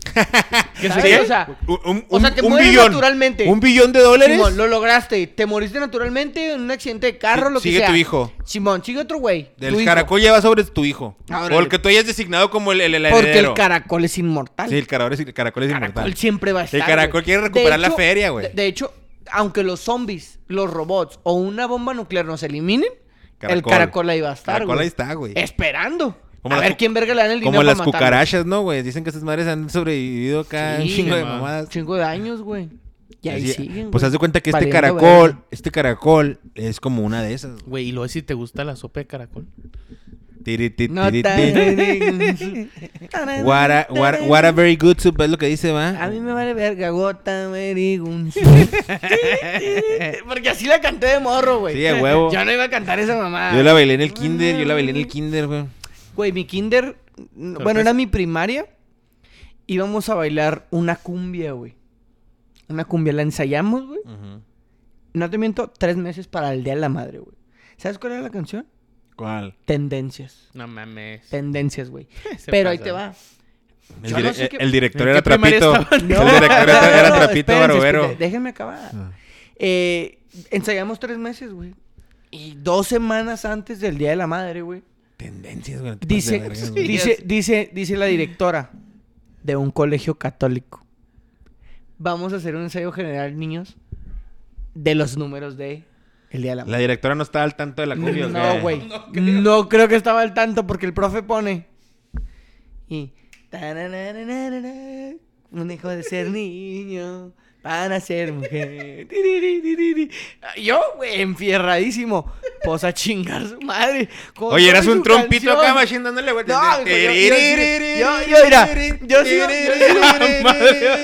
¿Qué ¿Sabes? sería? O sea, Un- un- o sea, un- te un mueres billón. naturalmente. Un billón de dólares. Simón, lo lograste. Te moriste naturalmente en un accidente de carro, Sí, lo que sigue sea. tu hijo. Simón, sigue otro güey. tu Del hijo. caracol ya va sobre tu hijo. Órale. O el que tú hayas designado como el, el, el Porque heredero. el caracol es inmortal. Sí, el caracol es, el caracol es caracol inmortal. siempre va a estar. caracol güey. quiere De recuperar la feria, güey. De, de hecho, aunque los zombies, los robots o una bomba nuclear nos eliminen, el Caracol. caracol ahí va a estar, Caracol güey. ahí está, güey. Esperando. Como a las ver cu- quién verga le dan el dinero Como las para matarlo. cucarachas, ¿no, güey? Dicen que esas madres han sobrevivido acá un Sí, chingo de mamá. mamadas. Chingo de años, güey. Y ahí Así- siguen, Pues güey. haz de cuenta que este Valiendo caracol, verga. este caracol es como una de esas. güey. Güey, y luego si te gusta la sopa de caracol. Tiri, ti, No tiri, ti. tan- What a, what a- what a very good soup, es lo que dice, va. A mí me vale verga, gota me digo un- Porque así la canté de morro, güey. Sí, a huevo. Yo no iba a cantar esa mamá. Yo la bailé en el kinder, yo la bailé en el kinder, güey. Güey, mi kinder, n- bueno, era mi primaria. Íbamos a bailar una cumbia, güey. Una cumbia la ensayamos, güey. Ujú. No te miento, tres meses para el Día de la Madre, güey. ¿Sabes cuál era la canción? ¿Cuál? Tendencias. No mames. Tendencias, güey. Se Pero ahí pasa. te va. El, Yo dire- eh, no sé qué- el director ¿En era qué primaria Trapito. estaban? El director era, era No, no, Trapito espérense, Barovero. espérense, Déjenme acabar. Ah. Eh, ensayamos tres meses, güey. Y dos semanas antes del Día de la Madre, güey. Tendencias, güey. no te pases de Dice, verga, sí. güey. dice, Yes. dice, dice la directora de un colegio católico. Vamos a hacer un ensayo general, niños, de los números de el día de la La directora no estaba al tanto de la cumbia, ¿o No, qué? güey. No creo. No creo que estaba al tanto porque el profe pone y tararararara, un dejo de ser niño para ser mujer. Tiriririririri. Yo, güey, enfierradísimo. Pues a chingar su madre. Con Oye, toda eras su un trompito canción. acá machindándole güey. No, hijo, yo- yo- yo- yo- mira, yo sí- yo-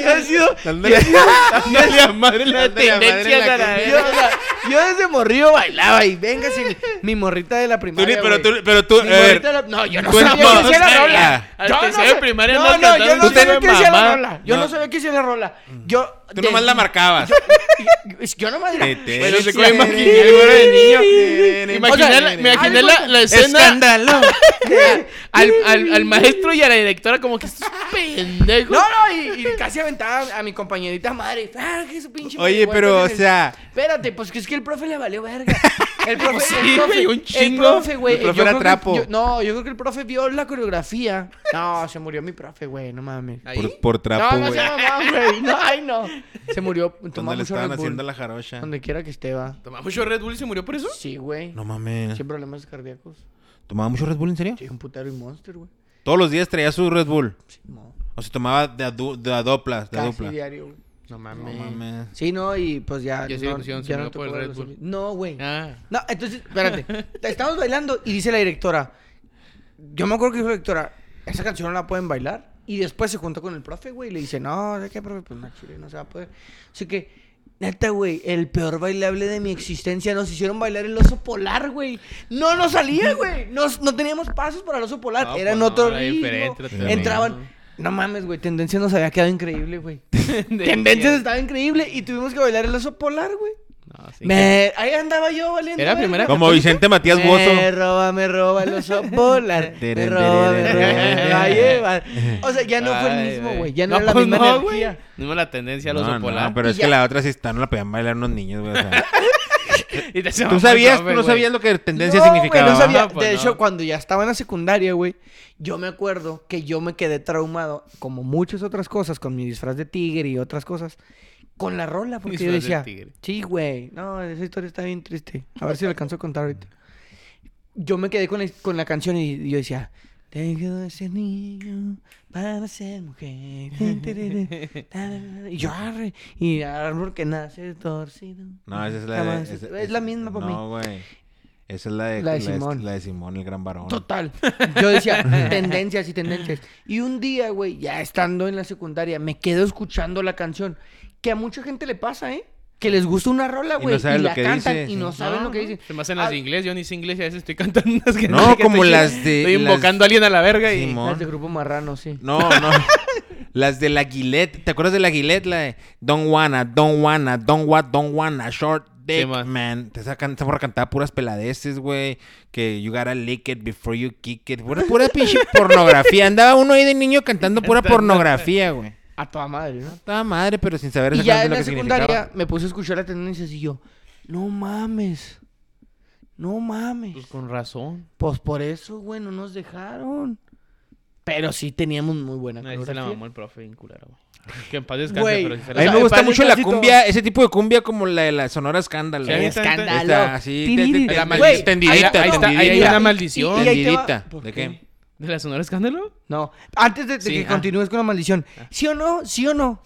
yo he sido- Dándole- Ándale a madre la Ándale a madre tendencia la a la cumbia. Yo, verga. o sea, yo desde morrillo bailaba y venga si mi morrita de la Tú ni- primaria. pero güey. tú, pero tú, a Mi morrita ver, de la- No, yo Pues no tú sabía no- que hacía la rola. Ah, al Yo no tercero de sé- primaria no, andas no, yo cantando no sabía una que hacía la mamá. rola. Yo No. no, sabía que hacía la rola. Yo tú nomás la marcabas. Es- Yo nomás la Te- te- Bueno, se sí, puede imaginar, sí, güey, sí, sí. Imaginé, O sea, la, me imaginé algo- la, la escena Escándalo. al, al, al maestro y a la directora como que estos pendejos. No, no, y, y casi aventaba a mi compañerita madre. Ah, que su pinche madre, Oye, güey, pero, o entonces- sea, Espérate, pues que es que el profe le valió verga. El profe, Pues sí, el profe, güey, un El chingo. profe, güey. El profe yo era creo que- trapo. yo- no, yo creo que el profe vio la coreografía. No, se murió mi profe, güey, no mames. Ahí. por, por trapo, No, no güey. se mamá, güey. No, ay, no. Se murió. Tomó Cuando le mucho estaban Red Bull. haciendo la jarocha. Donde quiera que esté, va. ¿Tomaba mucho Red Bull y se murió por eso? Sí, güey. No mames. Sin problemas cardíacos. ¿Tomaba mucho Red Bull, en serio? Sí, un putero y monster, güey. Todos los días traía su Red Bull. Sí, no. O se tomaba de a, du- de a doplas, de a Casi dupla. diario, güey. No No mames. mames. Sí, no, y pues ya. Yo sí le no, pusieron, se ya murió no por el tocó Red los Bull. Olímpicos. No, güey. Ah. No, entonces, espérate. Estamos bailando y dice la directora. Yo me acuerdo que dijo la directora, esa canción no la pueden bailar. Y después se juntó con el profe, güey, y le dice, no, ¿de qué, profe? Pues no, chile, no se va a poder. Así que, neta, güey, el peor bailable de mi existencia. Nos hicieron bailar el oso polar, güey. No nos salía, güey. Nos- no teníamos pasos para el oso polar. No, Era pues en no, otro era ritmo. diferente, era otro ritmo. Entraban... No mames, güey, Tendencia nos había quedado increíble, güey. Tendencias estaba increíble y tuvimos que bailar el oso polar, güey. No, sí. Me- Ahí andaba yo valiendo. Era verga. primera Como Vicente Matías Me Bozo. roba, me roba el oso polar. me roba, me roba, me va a llevar. O sea, ya no fue el Ay, mismo, güey. Ya no, era la pues misma no, güey. energía. No era la tendencia a los No, polar. no, pero Y es que ya. la otra sí está, no la podían bailar unos niños, güey. o sea. Y te hacía Tú mamón, sabías, tú güey, no güey. sabías lo que tendencia No, güey, significaba. no sabía. No, pues de no. hecho, cuando ya estaba en la secundaria, güey, yo me acuerdo que yo me quedé traumado, como muchas otras cosas, con mi disfraz de tigre y otras cosas, con la rola, porque yo Disfraz de decía, tigre. sí, güey, no, esa historia está bien triste. A ver si la alcanzo a contar ahorita. Yo me quedé con la, con la canción y, y yo decía, dejo de ser niño para ser mujer. Y yo arre, y árbol que nace torcido. No, esa es la Jamás- de. esa- es la misma para mí. No, güey. Esa es la de, La de Simón. la de Simón, el gran varón. Total. Yo decía tendencias y tendencias. Y un día, güey, ya estando en la secundaria, me quedo escuchando la canción. Que a mucha gente le pasa, ¿eh? Que les gusta una rola, Y güey. no Y, saben lo la que cantan dice, y sí. no saben lo que dicen. Se me hacen las Ah, de inglés, yo ni sé inglés y a veces estoy cantando unas que No, sé qué como estoy- las de- Estoy las- invocando a alguien a la verga y... Simón. Las de Grupo Marrano, sí. No, no. Las de la Gillette. ¿Te acuerdas de la Gillette? La de Don't wanna, don't wanna, don't what, don't wanna, short dick, Sí, man. man. Te sacan, esa morra cantaba puras peladeces, güey. Que you gotta lick it before you kick it. Pura, pura pinche pornografía. Andaba uno ahí de niño cantando pura pornografía, güey. A toda madre, ¿no? Estaba madre, pero sin saber Y exactamente ya en lo la que significaba. secundaria me puse a escuchar las tendencias y yo, no mames. No mames. Pues con razón. Pues por eso, güey, no nos dejaron. Pero sí teníamos muy buena Ahí se la coreografía. mamó el profe bien culero, güey. Que en paz descanse, Güey. pero sí se A mí la... O me sea, gusta para mucho el la casito- cumbia, ese tipo de cumbia como la de la Sonora Escándalo. Sí, a mí Esta- escándalo. esta así, te- te- Tiriri. te- La Güey, maldita- tendidita, ahí- ahí está- ahí hay tendidita. una maldición. Y- y ahí te va- Tendidita. ¿Por ¿De qué? qué? ¿De la Sonora Escándalo? No, antes de, de Sí, que ah. continúes con la maldición. ¿Sí o no? ¿Sí o no?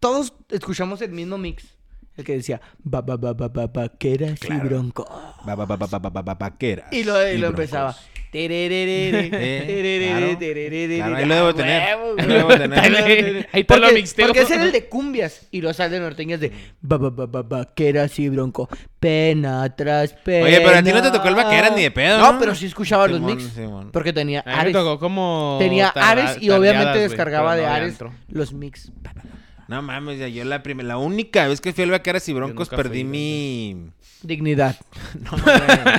Todos escuchamos el mismo mix. El que decía, ba, ba, ba, ba, ba, vaqueras Claro. y bronco. Ba, ba, ba, ba, ba, ba, ba, ba, vaqueras Y lo, y lo broncos. empezaba. tererere, tererere, claro. tererere, Claro, ahí ah, lo debo tener, huevo, ahí lo debo güey. tener. Ahí lo debo tener. Ahí te lo Porque- mixteo. Porque ese era el de cumbias. Y los salen norteñas de ba, ba, ba, ba, vaqueras y bronco. Pena tras pena. Oye, pero a ti no te tocó el vaqueras ni de pedo, No, ¿no? pero sí escuchaba los Simón, mix. Simón. Porque tenía A mí me Ares. tocó como... Tenía tarda- Ares y tardeadas, obviamente güey, descargaba pero de no había Ares antro. los mix. No mames, ya, yo la prim- la única vez que fui al Vaqueras y Broncos nunca perdí fui, mi... Dignidad.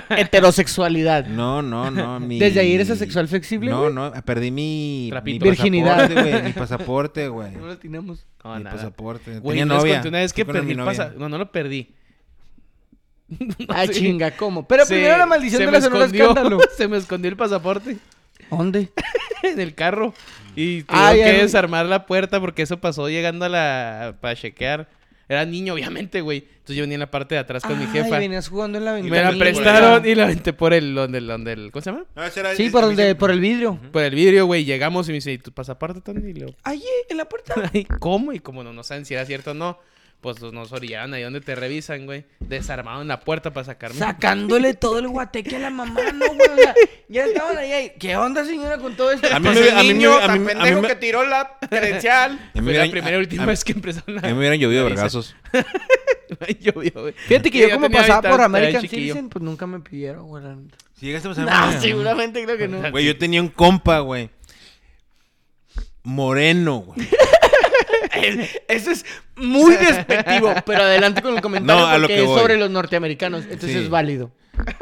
Heterosexualidad. No, no, no, mi... ¿Desde ahí eres asexual flexible, No, güey? no, perdí mi... Trapito. mi Virginidad. pasaporte, güey, mi pasaporte, güey. No lo tenemos. No, mi nada. pasaporte. Güey, pues, Tenía no les novia. conté Una vez Fui que con perdí mi el novia. pasa- No, no lo perdí. Ah, Sí. chinga, ¿cómo? Pero Se- primero la maldición se de me la sonora escondió- escándalo. se me escondió el pasaporte ¿Dónde? en el carro. Y tuve Ah, ya, que güey. desarmar la puerta porque eso pasó llegando a la... Para chequear. Era niño, obviamente, güey. Entonces yo venía en la parte de atrás con mi Ay, jefa. venías jugando en la Y ventana. me la Sí, prestaron güey. y la aventé por el... Donde, el- donde, el- ¿Cómo se llama? No, ese era- Sí, ese- por, a mí donde, siempre- por el vidrio. Por el vidrio, güey. Llegamos y me dice, ¿y tu pasaporte, Tony? Y le digo, Allí, en la puerta. Ay, ¿Cómo? Y como no, no saben si era cierto o no, pues los nos orillaron ahí donde te revisan, güey. Desarmaron la puerta para sacarme. Sacándole todo el guateque a la mamá, no, güey. O sea, ya estaban ahí, ahí. ¿Qué onda, señora, con todo esto? A mí me- a mí me- a mí- a mí me- tiró la credencial. mí me Fue la hubieran- primera y a- última a- vez que empezaron a mí a... me hubieran llovido Avisa. vergazos. Llovió, güey. Fíjate que Sí, yo como tenía pasaba ahorita- por estaba American chiquillo. Citizen, pues nunca me pidieron, güey. la neta. Si llegaste a pasar No, una- Ah, seguramente creo que no. Güey, yo tenía un compa, güey. Moreno, güey. Eso es muy despectivo, pero adelante con el comentario No, a lo porque que es voy. sobre los norteamericanos, entonces Sí. es válido.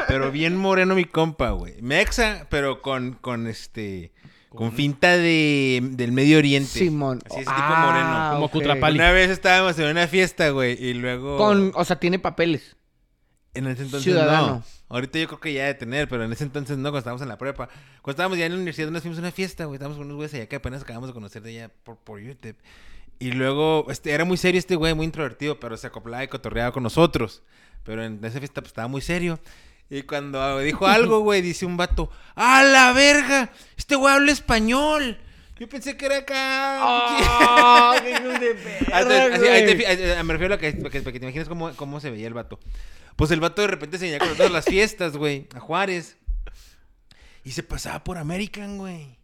Pero bien moreno mi compa, güey. Mexa, pero con, con este... Con finta de, del Medio Oriente. Simón. Ah, Así, ese tipo moreno. Como ok. Cutrapali. Una vez estábamos en una fiesta, güey, y luego... Con, o sea, tiene papeles. En ese entonces Ciudadano. no. Ahorita yo creo que ya de tener, pero en ese entonces no, cuando estábamos en la prepa. Cuando estábamos ya en la universidad, nos fuimos a una fiesta, güey. Estábamos con unos güeyes allá que apenas acabamos de conocer de allá por, por UTEP. Y luego, este, era muy serio este güey, muy introvertido, pero se acoplaba y cotorreaba con nosotros. Pero en esa fiesta, pues, estaba muy serio. Y cuando ah, dijo algo, güey, dice un vato, ¡A la verga! Este güey habla español. Yo pensé que era acá... Ah, te- así, ahí te fi- ahí- ahí- me refiero a lo que, lo que- para que te imagines cómo, cómo se veía el vato. Pues el vato de repente se venía con todas las fiestas, güey, a Juárez. Y se pasaba por American, güey.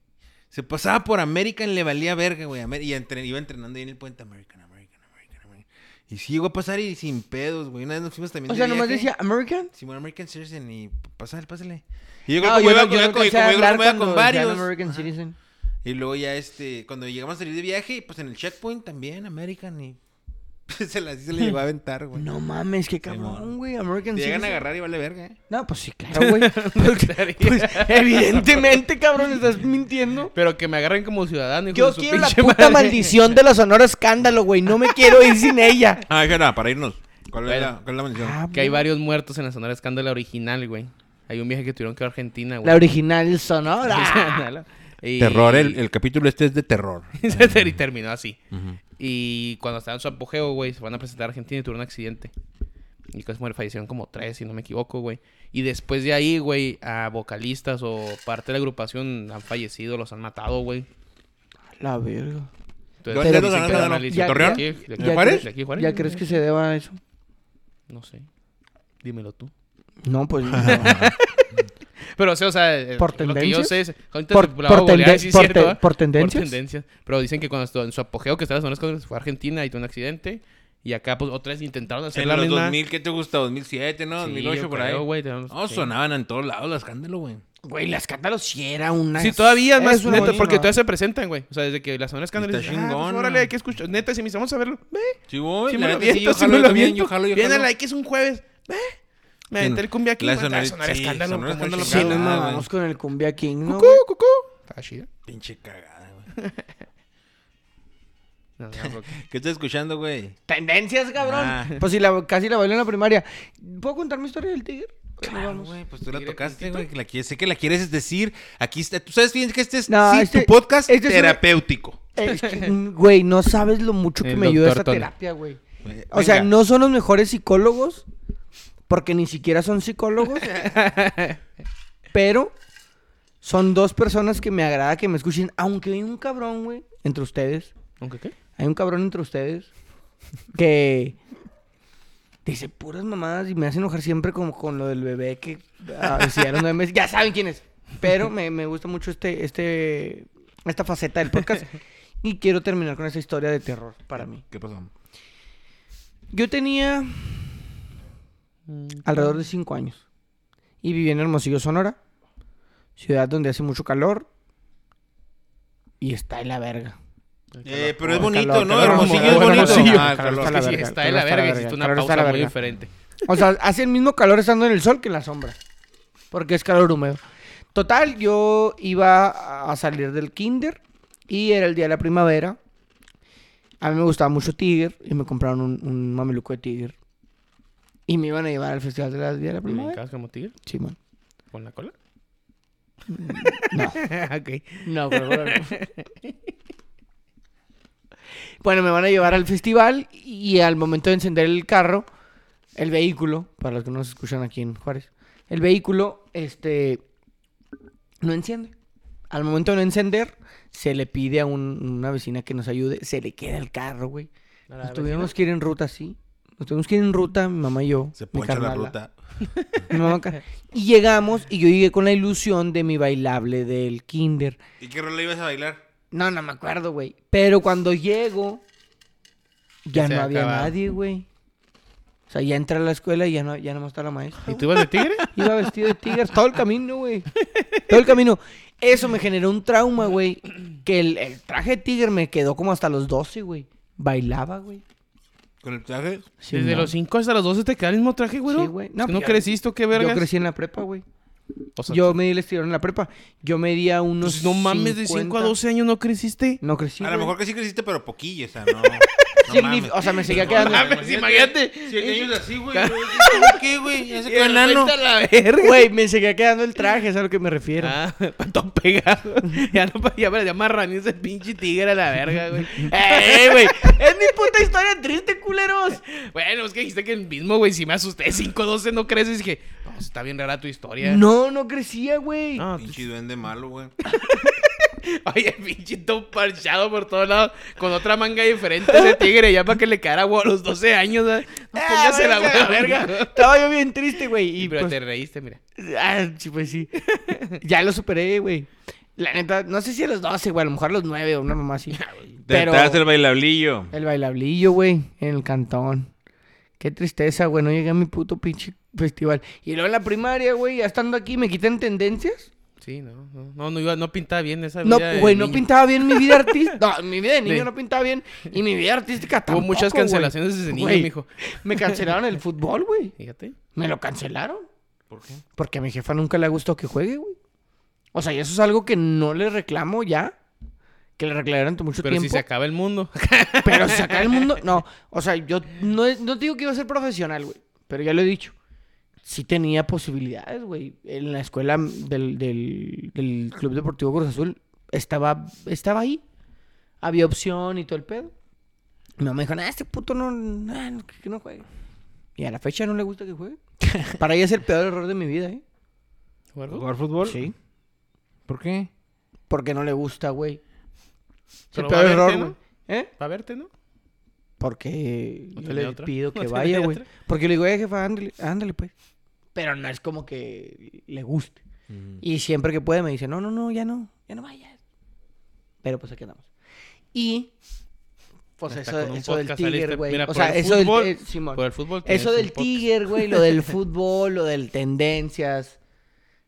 Se pasaba por American, le valía verga, güey. Amer- Y entre- iba entrenando ahí en el puente American, American, American, American. Y sí, llegó a pasar y sin pedos, güey. Una vez nos fuimos también O de sea, nomás viaje. decía American. Simón American Citizen y pásale, pásale. Y yo creo No, que yo iba no- yo yo creo no que- alcancé a como yo creo que hablar me iba con cuando decían varios. American Ajá. Citizen. Y luego ya, este, cuando llegamos a salir de viaje, pues en el checkpoint también, American, y pues, se la, sí se le llegó a aventar, güey. No mames, qué cabrón, Simón. güey. American Te llegan a Citizen. agarrar y vale verga, ¿eh? No, pues sí, claro, güey. Pues, evidentemente, cabrón, estás mintiendo. Pero que me agarren como ciudadano, hijo Yo de su quiero la pinche puta madre. maldición de la Sonora Escándalo, güey. No me quiero ir sin ella. Ah, ya nada, para irnos. ¿Cuál, Bueno. es, la, cuál es la mención? Que hay varios muertos en la Sonora Escándalo original, güey. Hay un viaje que tuvieron que ir a Argentina, La güey. original Sonora. Y- Terror, el, el capítulo este es de terror. y terminó así. Ujú. Y cuando estaba en su apogeo, güey, se van a presentar a Argentina y tuvieron un accidente. Y casi muere, fallecieron como tres, si no me equivoco, güey. Y después de ahí, güey, a vocalistas o parte de la agrupación han fallecido, los han matado, güey. La verga. Entonces, ¿Dónde dicen los han que era matado? maldición. ¿En Torreón? De aquí, de aquí, ¿En Juárez? de aquí, Juárez. ¿Ya crees que se deba a eso? No sé. Dímelo tú. No, pues. no. Pero, o sea, o sea, eh, ¿Por lo que yo tendencias? sé es... ahorita por, se la va a por golear, tenden- sí es por cierto, te- ¿ah? por Por tendencias. tendencias. Pero dicen que cuando estuvo en su apogeo, que estaba en las cuando se fue a Argentina y tuvo un accidente. Y acá, pues, otras intentaron hacer En la los misma. 2000, ¿qué te gusta? 2007, ¿no? Sí, 2008, yo por creo, ahí. güey, tenemos- No, sí. sonaban en todos lados los escándalos, güey. Güey, la escándalo sí era una. Sí, todavía es más, una neta, buena porque idea. todavía se presentan, güey. O sea, desde que la zona escándalo Está dice, ah, pues, chingona. órale, hay que escuchar. Neta, si me dice, vamos a verlo. Ve, Sí, voy. si la me lo neta, aviento, yo si jalo, me yo lo también, aviento. Yo jalo, yo Viene jalo. la que es un jueves. Ve, me aventé el cumbia aquí. La güey, Sonora- ah, Sonora sí, escándalo. Sonora como el Escándalo, chingado. Sí, no, Ah, vamos güey. con el Cumbia King, ¿no? Cucú, güey? cucú. Está chida. Pinche cagada, güey. No, no, porque- ¿Qué estás escuchando, güey? Tendencias, cabrón. Ah. Pues si la, casi la bailé en la primaria. ¿Puedo contar mi historia del tigre? Claro, güey, pues tú la ¿Tigre tocaste, puntito? güey. que la quieres- Sé que la quieres decir. Aquí está. Tú sabes bien que este es No, sí, este- tu podcast este es una- terapéutico. Es que, mm, Güey, no sabes lo mucho que El me ayuda doctor esta Tony. terapia, güey. Venga. O sea, no son los mejores psicólogos, porque ni siquiera son psicólogos, pero son dos personas que me agrada que me escuchen, aunque hay un cabrón, güey, entre ustedes. ¿Aunque qué? Hay un cabrón entre ustedes que dice puras mamadas y me hace enojar siempre como con lo del bebé que ah, decía a los nueve meses. Ya saben quién es. Pero me, me gusta mucho este, este, esta faceta del podcast. Y quiero terminar con esa historia de terror para mí. ¿Qué pasó? Yo tenía alrededor de 5 años. Y vivía en Hermosillo, Sonora. Ciudad donde hace mucho calor. Y está en la verga. Eh, pero es Calor, bonito, ¿no? calor, Hermosillo es calor, bonito. Hermosillo. Ah, Pero calor. es que está la sí, verga, está de calor la está la verga. verga, Existe una calor está la pausa muy verga. diferente. O sea, hace el mismo calor estando en el sol que en la sombra. Porque es calor húmedo. Total, yo iba a salir del kinder y era el día de la primavera. A mí me gustaba mucho Tiger y me compraron un, un mameluco de Tiger. Y me iban a llevar al festival de la, día de la ¿Me primavera. encabas como tigre? Sí, man. ¿Con la cola? No. ok. No, pero bueno. bueno, me van a llevar al festival y al momento de encender el carro, el vehículo, para los que nos escuchan aquí en Juárez, el vehículo, este, no enciende. Al momento de no encender, se le pide a un- una vecina que nos ayude, se le queda el carro, güey. Nos Pues tuvimos que ir en ruta, sí. Nos tuvimos que ir en ruta, mi mamá y yo. Se mi poncha la carnala. ruta. Mi mamá car- Y llegamos y yo llegué con la ilusión de mi bailable del kinder. ¿Y qué rola ibas a bailar? No, no me acuerdo, güey. Pero cuando llego, ya Se no había acaba. nadie, güey. O sea, ya entré a la escuela y ya no, ya no está la maestra. ¿Y tú ibas de tigre? Iba vestido de tigre todo el camino, güey. Todo el camino. Eso me generó un trauma, güey. Que el, el traje de tigre me quedó como hasta los 12, güey. Bailaba, güey. ¿Con el traje? Desde Simón. los 5 hasta los 12 te queda el mismo traje, güey. Sí, güey. No, No, pues no ya- creciste, o ¿qué vergas? Yo crecí en la prepa, güey. O sea, Yo me di el estirón en la prepa. Yo me di a unos. pues, no mames, de 5 a 50. 12 años no creciste. No crecí. a lo güey. mejor que sí creciste, pero poquillo, o sea, no. no Signif- mames. o sea, me seguía quedando. mames, imagínate. Siete años así, güey. Claro. ¿Por qué, güey? Ya se quedó enano. Güey, me seguía quedando el traje, es a lo que me refiero. Ah, todo pegado. Ya no ya me ya marran ese pinche tigre a la verga, güey. ¡Eh, güey! ¡Es mi puta historia triste, culeros! Bueno, es que dijiste que el mismo, güey, si me asusté 5 12 no creces, dije, no, está bien rara tu historia. No, no crecía, güey. No, tú- Pinche duende malo, güey. Oye, pinche todo parchado por todos lados, con otra manga diferente ese tigre, ya para que le quedara agua a los 12 años. ¿verdad? No, pues, Ah, póngasela, vaya güey, la a verga. verga. Estaba yo bien triste, güey. Y Y pero pues, te reíste, mira. ah, sí, pues sí. ya lo superé, güey. La neta, no sé si a los 12, güey, a lo mejor a los 9 o una mamá así. Pero el bailablillo. el bailablillo, güey, en el cantón. Qué tristeza, güey, no llegué a mi puto pinche festival. Y luego en la primaria, güey, ya estando aquí, me quitan tendencias. Sí, no, no, no, no iba, no pintaba bien esa No, vida de güey, no niño. pintaba bien mi vida artística. No, mi vida de niño Sí. no pintaba bien. Y mi vida artística Hubo tampoco, muchas güey. cancelaciones desde niño, Güey, mijo. Me cancelaron el fútbol, güey. Fíjate. Me lo cancelaron. ¿Por qué? Porque a mi jefa nunca le ha gustado que juegue, güey. O sea, y eso es algo que no le reclamo ya. Que le reclamaron durante mucho Pero si tiempo. se acaba el mundo. Pero si sacar el mundo. No, o sea, yo no, es- no te digo que iba a ser profesional, güey. Pero ya lo he dicho. Sí tenía posibilidades, güey. En la escuela del, del- del Club Deportivo Cruz Azul estaba, estaba ahí. Había opción y todo el pedo. Mi mamá dijo, nah, este puto no, nah, no- que no juegue. Y a la fecha no le gusta que juegue. Para ella es el peor error de mi vida, ¿eh? ¿Jugar? ¿Jugar fútbol? Sí. ¿Por qué? Porque no le gusta, güey. Es el Pero va peor a verte, error, ¿no? güey. ¿Eh? Para verte, ¿no? Porque No yo tenía le otra. pido No que tenía vaya, güey. otra. Porque le digo, eh, jefa, ándale, ándale, pues. Pero no es como que le guste. Y siempre que puede me dice, no, no, no, ya no, ya no vayas. Pero pues aquí andamos. Y, pues Hasta eso, con un eso del podcast saliste. Tiger, güey. Mira, O por sea, el eso del, fútbol- eh, Simón. Por el fútbol. tienes eso un del podcast. Tiger, güey, lo del fútbol, lo del tendencias.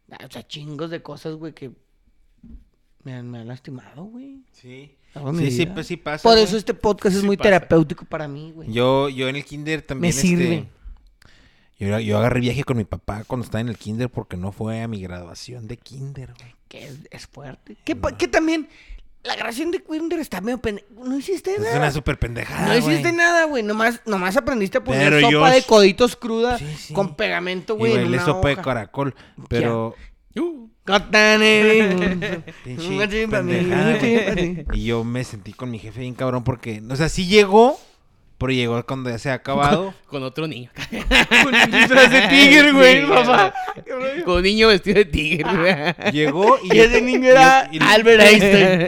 Ah, O sea, chingos de cosas, güey, que me han, me han lastimado, güey. Sí. Algo en Oh, mi Sí, sí, vida. pues sí pasa. Por güey. eso este podcast es Sí muy pasa. terapéutico para mí, güey. Yo, yo en el kinder también. este, sirve. yo, yo agarré viaje con mi papá cuando estaba en el kinder porque no fue a mi graduación de kinder, güey. Que es, es fuerte. Que, pa- que también la grabación de Quinder está medio pende... No hiciste Es nada. una super pendejada. No hiciste güey. nada, güey. Nomás, nomás aprendiste a poner Pero sopa yo- de coditos cruda Sí, sí. con pegamento, Y güey. en bailé una sopa de hoja. caracol. Pero. Uh, Got that, eh. pinche Un cachín pa' mí, pendejada, un cachín güey. pa' Y yo me sentí con mi jefe bien cabrón porque. O sea, sí llegó, pero llegó cuando ya se ha acabado. con otro niño. Con un disfraz de tigre, güey, Sí, papá. Ah. Con un niño vestido de tigre. güey. Llegó y. Y ese niño era y- y- Albert Einstein.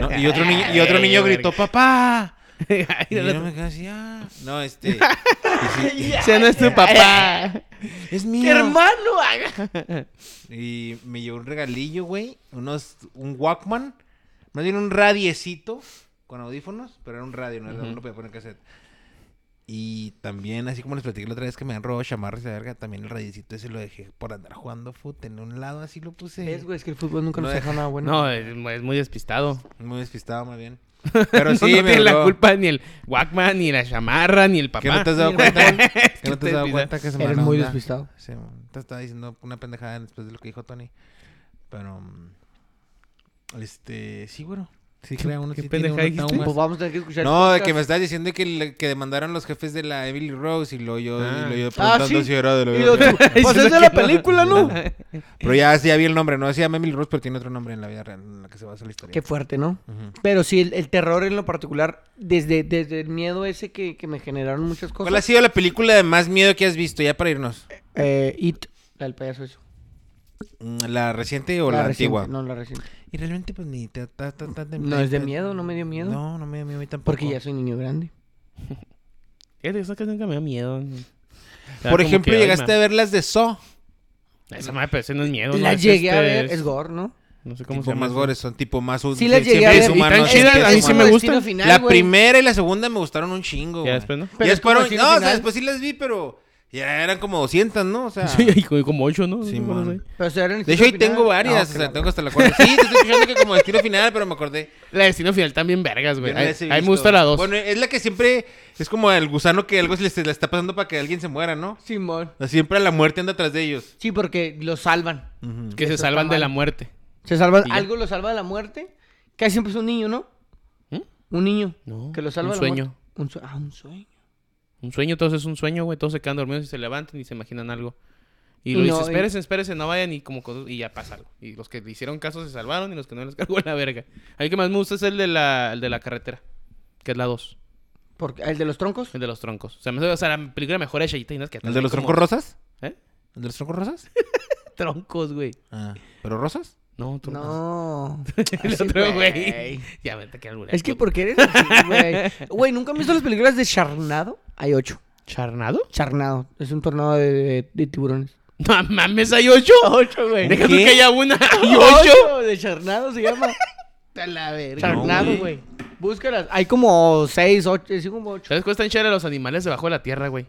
No, y otro niño, y otro niño Verga. gritó, papá. Ay, Y no, yo no, me quedé así, ah. No, este. y sí, Ese no es tu papá. es Mi mío. hermano, haga. Y me llevó un regalillo, güey. Unos, un Walkman. Más bien un radiecito con audífonos, pero era un radio, no, era, no podía poner cassette. Y también, así como les platiqué la otra vez que me han robado chamarras de verga, también el radiecito ese lo dejé por andar jugando fútbol. En un lado así lo puse. ¿Ves, güey? Es que el fútbol nunca nos No deja nada bueno. No, es, es muy despistado. Muy despistado, más bien. Pero sí, no, no me tiene la robó. culpa ni el Walkman, ni la chamarra, ni el papá. ¿Que no te has dado cuenta? ¿Que no te has dado despistado. cuenta que se me Eres van a muy onda? despistado. Sí, mon. te estaba diciendo una pendejada después de lo que dijo Tony. Pero. mm, Este. Sí, bueno. Sí, crea uno qué sí tiene pendejada unos dijiste? traumas. Pues vamos a tener que escuchar. No, de el que me podcast. estás diciendo que, le- que demandaron los jefes de la Emily Rose y lo yo, Ah. y lo yo Ah, preguntando sí. si era de lo Y lo- que- Pues es de la película, ¿no? Pero ya, sí, ya vi el nombre, no se llama Emily Rose, pero tiene otro nombre en la vida real en la que se basa la historia. Qué fuerte, ¿no? Ujú. Pero sí, el, el terror en lo particular, desde, desde el miedo ese que, que me generaron muchas ¿Cuál ha cosas. sido la película de más miedo que has visto? Ya para irnos. Eh, It, la del payaso eso. Mm, ¿La reciente o la, reciente, antigua? No, la reciente. Y realmente, pues ni te ta- ta- ta- te- No es de te- miedo, no me dio miedo. No, no me dio miedo a mí tampoco. Porque ya soy niño grande. Fíjate, esa que nunca me da miedo. Me da Por como ejemplo, que, ay, llegaste ma- a ver las de So. Esa madre, pero ese no es miedo. la no, es llegué a este, ver, es- es gore, ¿no? No sé cómo Tipo se llama. más eso. gores, son tipo más... un- Sí, las Pues, siempre llegué a es ver. Y tan humano, chidas, siempre a es mí sí me humano. gusta. Destino final, La güey. primera y la segunda me gustaron un chingo. Ya güey. después, ¿no? Ya Pero es después, como no, destino o sea, final. después sí las vi, pero ya eran como 200, ¿no? O sea, Sí, y como- como ocho, ¿no? Sí, No man. sé. Pero, o sea, era el de hecho ahí final. Ah, tengo varias, No, o que sea, la- tengo hasta la cuarta. Sí, te estoy escuchando que como destino final, pero me acordé. La destino final también vergas, Yo güey. no Ahí las he ahí me visto. gusta la dos. Bueno, es la que siempre es como el gusano que algo se le se le está pasando para que alguien se muera, ¿no? Simón. O sea, Siempre la muerte anda atrás de ellos. Sí, porque lo salvan. que eso se está salvan de mal. la muerte. Se salva, Y ya. algo lo salva de la muerte. Casi siempre es un niño, ¿no? ¿Mm? Un niño. No, Que lo salva un de la muerte. sueño. Un sueño. Ah, un sueño. Un sueño, todos es un sueño, güey. Todos se quedan dormidos y se levantan y se imaginan algo. Y Y lo no, dice, y- espérense, espérense, no vayan y como cosas- y ya pasa algo. Y los que le hicieron caso se salvaron y los que no les cargó la verga. A mí que más me gusta es el de la, el de la carretera, que es la 2, Porque, ¿El de los troncos? el de los troncos. O sea, me, o sea la película mejor hecha y te imaginas que ¿El de los troncos rojos? rosas? ¿Eh? ¿El de los troncos rosas? Troncos, güey. Ah, ¿pero rosas? No, troncos. No. El Ese otro, güey. Ya me te quedas Es que porque eres así, güey. Güey, ¿nunca han visto las películas de Charnado? Hay ocho. ¿Charnado? Charnado. Es un tornado de, de- de tiburones. No mames, hay ocho. Ocho, güey. Deja tú ¿Qué? que haya una. ¿Hay ocho? De Charnado se llama. A la verga. No, Charnado, güey. güey. Búscalas. Hay como seis, ocho. Sí, como ocho. ¿Sabes cuál está en chévere los animales debajo de la tierra, güey?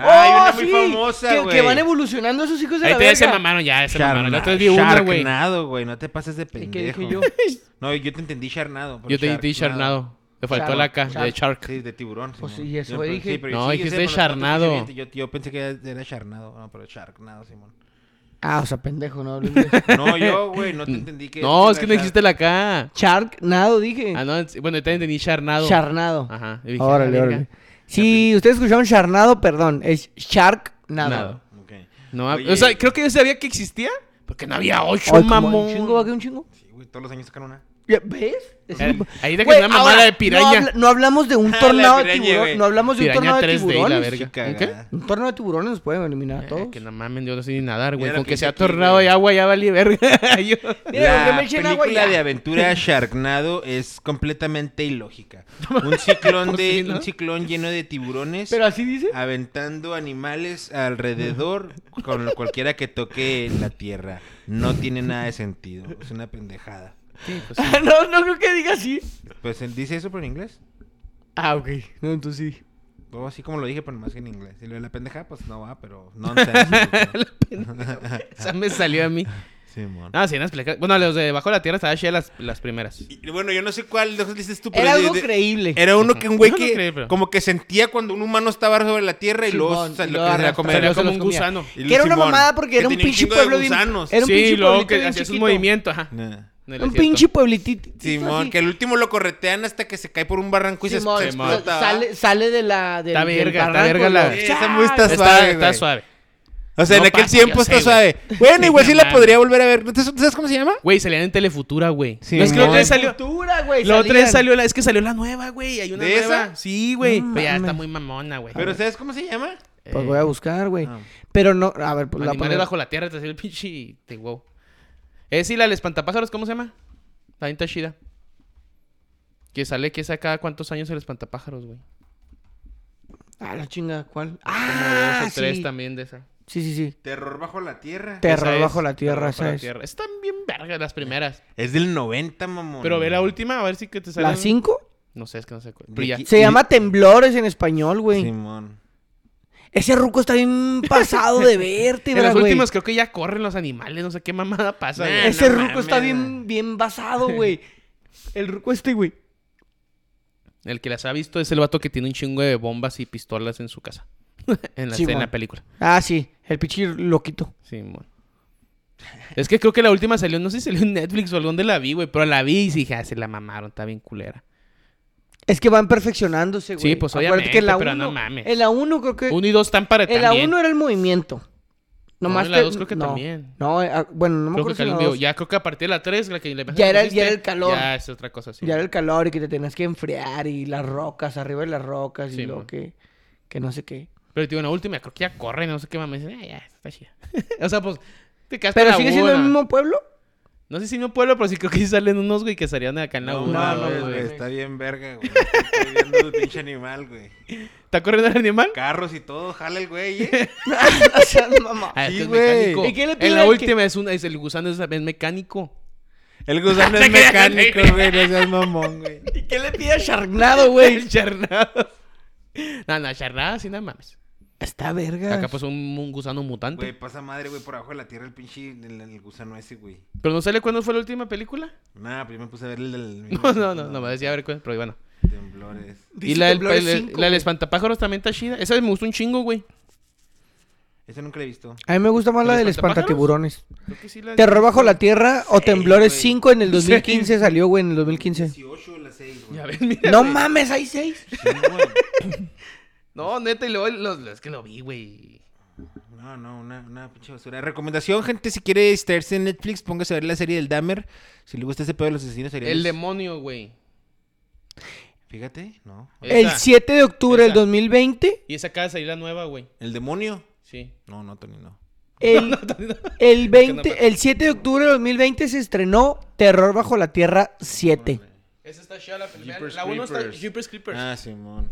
Ah, Hay una ¡Oh, muy sí! famosa, que, güey. que van evolucionando esos hijos de Ahí la te verga. se mamaron ya, se mamaron. La Charna- otra vez vi una, güey. Charnado, güey. No te pases de ¿Y pendejo. qué dije yo? No, yo te entendí charnado. pero Yo te di charnado. Te faltó Charnado. la K de Char- shark. Sí, de tiburón. Pues Simón. sí, eso Yo- pero- dije. pero- No, yo sé, dijiste pero no- no te charnado. dije bien, Yo, yo pensé que era charnado. No, pero charnado, Simón. Ah, o sea, pendejo, no hablo inglés. No, yo, güey, no te entendí que... No, es que no era existe la K. Charnado, dije. Ah, no, es- bueno, yo también entendí charnado. Charnado. Ajá. y dije, "Ah, Órale, verga". órale. Si ustedes escucharon Charnado, perdón, es Sharknado. Nado. charnado. Ok. No, Oye, o sea, creo que yo sabía que existía porque no había ocho, Ay, como mamón. Un chingo, va que un chingo. Sí, güey, todos los años sacan una. Ya, ¿Ves? Es Eh, un- Ahí te Güey, quedó una mamada ahora, de No, piraña. habla- no hablamos de un Ah, tornado la de piraña, tiburón. güey. No hablamos de un Piraña tornado de 3D y la tiburones. verga. Chica, ¿En ¿Qué? cagada. Un tornado de tiburones nos puede eliminar a Eh, todos. que no mames, yo no sé ni nadar, güey. Mira Con la que sea pinche aquí, tornado güey. de agua ya valí verga. Yo- Mira, la yo me eché en agua y película ya. de aventura Sharknado es completamente ilógica. Un ciclón Pues de sí, ¿no? un ciclón lleno de tiburones Pero así dice. aventando animales alrededor con lo cualquiera que toque la tierra. No tiene nada de sentido. Es una pendejada. Sí, pues, sí. Ah, no, no creo que diga así. Pues él dice eso pero en inglés. Ah, ok. No, entonces sí. O así como lo dije, pero más que en inglés. Y lo de la pendeja, pues no va, pero no. sí, Esa me salió a mí. mon. Ah, sí, unas placas- Bueno, los de Bajo la Tierra estaba chida las, las primeras. Y, bueno, yo no sé cuál de los dices tú, pero Era de- algo de- creíble. Era uno que un güey No, no que creí, pero- como que sentía cuando un humano estaba sobre la tierra y luego Simón, sa- y lo que se luego la arrastraba. comía. Salió se como los un comía. gusano. Y Que era una Simón, mamada porque era un tenía pinche chingo de pueblo bien- gusanos. era un sí, pinche luego pueblito que bien hacías un chiquito. movimiento, ajá. Nah. en el Un desierto. pinche pueblitito. Simón, así. que al último lo corretean hasta que se cae por un barranco y se- Simón, se Simón. explota. ¿va? sale, sale de la. Del, Está del verga, está barranco, verga la- güey. Esa muy está Está, suave, está güey. suave. O sea, No en aquel pasa, tiempo yo está sé, suave. Bueno, igual Sí, sí no la mames. podría volver a ver. ¿Tú ¿Sabes sabes cómo se llama? Güey, salían en Telefutura, güey. Sí, no, es que la mon. otra vez salió... Cultura, güey, La otra vez salían. salió la... Es que salió la nueva, güey. Hay una ¿De nueva. esa? Sí, güey. No Pero ya está mames. muy mamona, güey. Pero ¿sabes cómo se llama? Eh, Pues voy a buscar, güey. Ah. Pero no, a ver, pues la Animales poner- bajo la tierra, te hacía el pinche... Te wow. Es y la del espantapájaros, ¿cómo se llama? La está chida. Que sale, que saca cuántos años el espantapájaros, güey. Ah, la chinga, ¿cuál? Como Ah, dos o tres sí. también de esa. Sí, sí, sí. Terror bajo la tierra. Terror Esa es, bajo la Terror tierra, bajo la ¿sabes? tierra. Están bien vergas las primeras. Es del 90, mamón. Pero ve la última, a ver si que te sale. ¿La 5? No sé, es que no sé cuál. De Pero ya. aquí- Se Y- llama temblores en español, güey. Simón. Ese ruco está bien pasado de verte, En ¿verdad, las güey. últimas creo que Ah, ya corren los animales, no sé qué mamada pasa. Nah, güey. Ese no ruco está mames. bien, bien basado, güey. El ruco este, güey. El que las ha visto es el vato que tiene un chingo de bombas y pistolas en su casa. en, la, Simón. en la película. Ah, sí. El pichir loquito. Simón. Es que creo que la última salió, no sé si salió en Netflix o algo donde la vi, güey, pero la vi y dije, ah, se la mamaron, está bien culera. Es que van perfeccionándose, güey. Sí, pues, Acuérdate que en la obviamente, pero no uno- mames. En la 1 creo que... Uno y dos están para Eh, En la también. 1 era el movimiento. No, Nomás en la te- dos creo que también. No, eh, ah, bueno, no me Creo que acuerdo si en salió la en vivo. dos. Ya creo que a partir de la 3 la que le Ya era- ya era el calor. Ya es otra cosa, sí. Ya era el calor y que te tenías que enfriar y las rocas, arriba de las rocas Sí, y lo mon. que... Que no sé qué. Pero tío, en la última creo que ya corre, no sé qué mames. Dicen, ah, ya, está chida. o sea, pues, te quedaste en ¿Pero la sigue siendo el una. mismo pueblo? No sé si no pueblo, pero sí creo que sí salen unos, güey, que estarían acá en la No, una, no, güey. mames, no, güey, no. Está bien verga, güey. Estoy viendo el pinche animal, güey. ¿Está corriendo el animal? Carros y todo, jala el güey, ¿eh? O sea, mamá. Ah, es Sí, que es güey. mecánico. ¿Y qué le pide en la al última es, un, es el gusano, es, es mecánico. El gusano Se es quería hacer mecánico, reír. güey. No seas mamón, güey. ¿Y qué le pide a Sharknado, güey? El charnado. No, no, charnado, sí, nada mames. Está verga. Acá pues un, un gusano mutante. Güey, pasa madre, güey, por abajo de la tierra el pinche el, el gusano ese, güey. Pero no sale cuándo fue la última película. Nah, pues yo me puse a ver el del... No, no, no, no me decía a ver cuál, pero bueno. Temblores. Y la del, Temblores el- el- cinco, la del güey. espantapájaros también está chida. Esa me gustó un chingo, güey. Ese nunca lo he visto. A mí me gusta más ¿El la del espantapájaros? espantatiburones. Creo que sí la- Terror bajo la tierra o Temblores güey. 5 en el 2015 Seis. salió, güey, en el 2015. 18 o las 6, güey. Ya ves, mira. No mames, hay 6. Sí, güey. No, neta, y luego los- los- es que lo vi, güey. No, no, una, una pinche basura. Recomendación, gente, si quiere distraerse en Netflix, póngase a ver la serie del Dahmer. Si le gusta ese pedo de los asesinos seriales. El demonio, güey. Fíjate, no. El Esa. 7 de octubre del Esa. 2020, Y esa acaba de salir la nueva, güey. ¿El demonio? Sí. No, no, Tony, no. el, el, no, 20, el 7 de octubre del 2020 se estrenó Terror bajo la tierra 7. Esa está chida la primera. Jeepers La 1 está Creepers. Jeepers Creepers. Ah, Simón.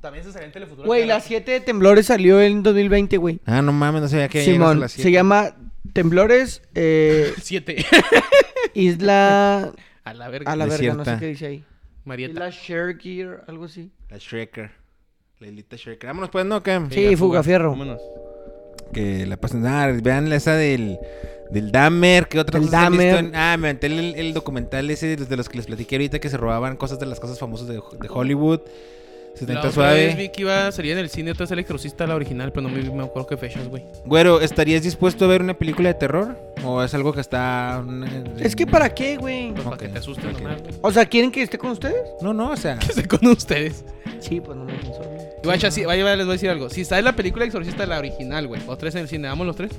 También se salió en Telefuturo. Güey, acá. la 7 de Temblores salió en 2020, güey. Ah, no mames, no sabía que había llegado a Simón, las se siete. llama Temblores eh, Siete. Isla a la verga. a la verga, no sé Desierta. qué dice ahí. Marieta. Isla Shergear, algo así. La Shreker. La Ilita Shreker. Vámonos pues, ¿no? Que, Sí, fuga, fierro. Vámonos. que la pasen. Ah, vean la esa del, del Dahmer. ¿Qué otras El cosas han visto? Dahmer. en- Ah, me aventé el, el documental ese de de los que les platiqué ahorita que se robaban cosas de las casas famosas de, de Hollywood. La 70 otra vez vi suave. que iba a salir en el cine otra vez el exorcista, la original, pero no me, me acuerdo qué fechas, güey. Güero, ¿estarías dispuesto a ver una película de terror? ¿O es algo que está.? Es que para qué, güey. Pues Para que Ok, te asusten ok. nomás, güey. O sea, ¿quieren que esté con ustedes? No, no, o sea. Que esté con ustedes. Sí, pues no me pensó. Y vaya, si- vaya, vaya, les voy a decir algo. Si sale la película exorcista, la original, güey. O tres en el cine, vamos los tres.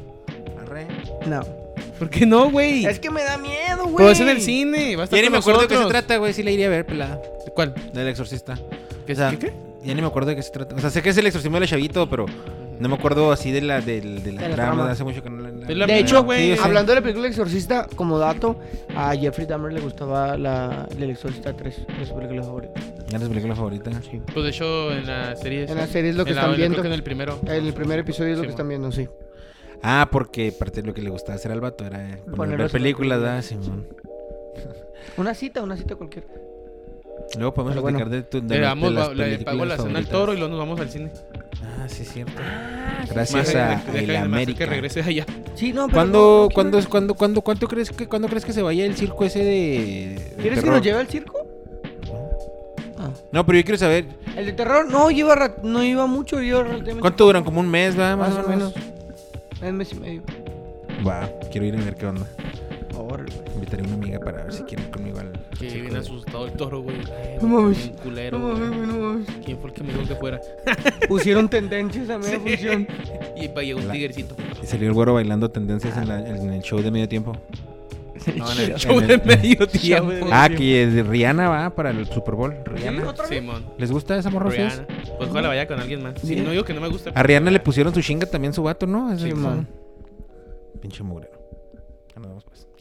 Arre. No. Pues ¿Por qué no, güey? Es que me da miedo, güey. Pero es en el cine. Va a estar Ya ni con me acuerdo de qué se nosotros. trata, güey. Sí la iría a ver, pelada. ¿Cuál? Del exorcista. ¿Qué, O sea, qué- qué? Ya ni me acuerdo de qué se trata. O sea, sé que es el exorcismo del chavito, pero no me acuerdo así de la, del- de la De la trama. trama. Hace mucho que no la. la- De la- película, De hecho, güey, yo sé. Hablando de la película Exorcista, como dato, a Jeffrey Dahmer le gustaba la, el Exorcista 3, de su película favorita. Ya es película favorita. Ah, Sí. Pues de hecho, en la serie. En la serie es lo que en la- están yo creo viendo. que en el primero. En el primer episodio es lo Sí, que mo. están viendo, sí. Ah, porque parte de lo que le gustaba hacer al vato era eh, poner, Poner ver los- películas, ¿verdad? Simón. Una cita, una cita cualquiera. Luego podemos Pero bueno. platicar de tu. De, Le, la- damos- de las Eh, le pago la cena al películas favoritas. toro y luego nos vamos al cine. Ah, sí, es cierto. Más Gracias de- a de- de- de- El de- más América. Que regrese allá. Sí, no, Ah, pero. no, ¿Cuándo, no quiero- cuándo, cuándo, cuándo, cuánto crees que, cuándo crees que se vaya el circo ese de. de ¿Quieres que terror? nos lleve al circo? Ah. No, pero yo quiero saber. El de terror no lleva ra- no iba mucho, iba relativamente- ¿Cuánto duran? ¿Como un mes, va? Más, o menos. Un mes y medio. Va, quiero ir a ver qué onda. Ahora. Invitaré a una amiga para ver si quiere ir conmigo al. al Que circo viene de- asustado el toro, güey. Ay, No güey, mames. un culero. güey. ¿Quién fue el que me dijo que fuera? Pusieron tendencias a media función. Y pa- llegó un La- tigercito. Y salió el güero bailando tendencias en, la- en el show de medio tiempo. No, en Ah. el en show el- de medio show tiempo. de- Ah, que de Rihanna va para el Super Bowl. Rihanna. ¿Otra vez? Simón. ¿Les gusta esa morra a ustedes? Rihanna. Pues ojalá vaya con alguien más. Sí, Sí. no digo que no me gusta. A Rihanna le pusieron su chinga también su vato, ¿no? Es Sí, el- man. Pinche mugrero. Ah, no, pues.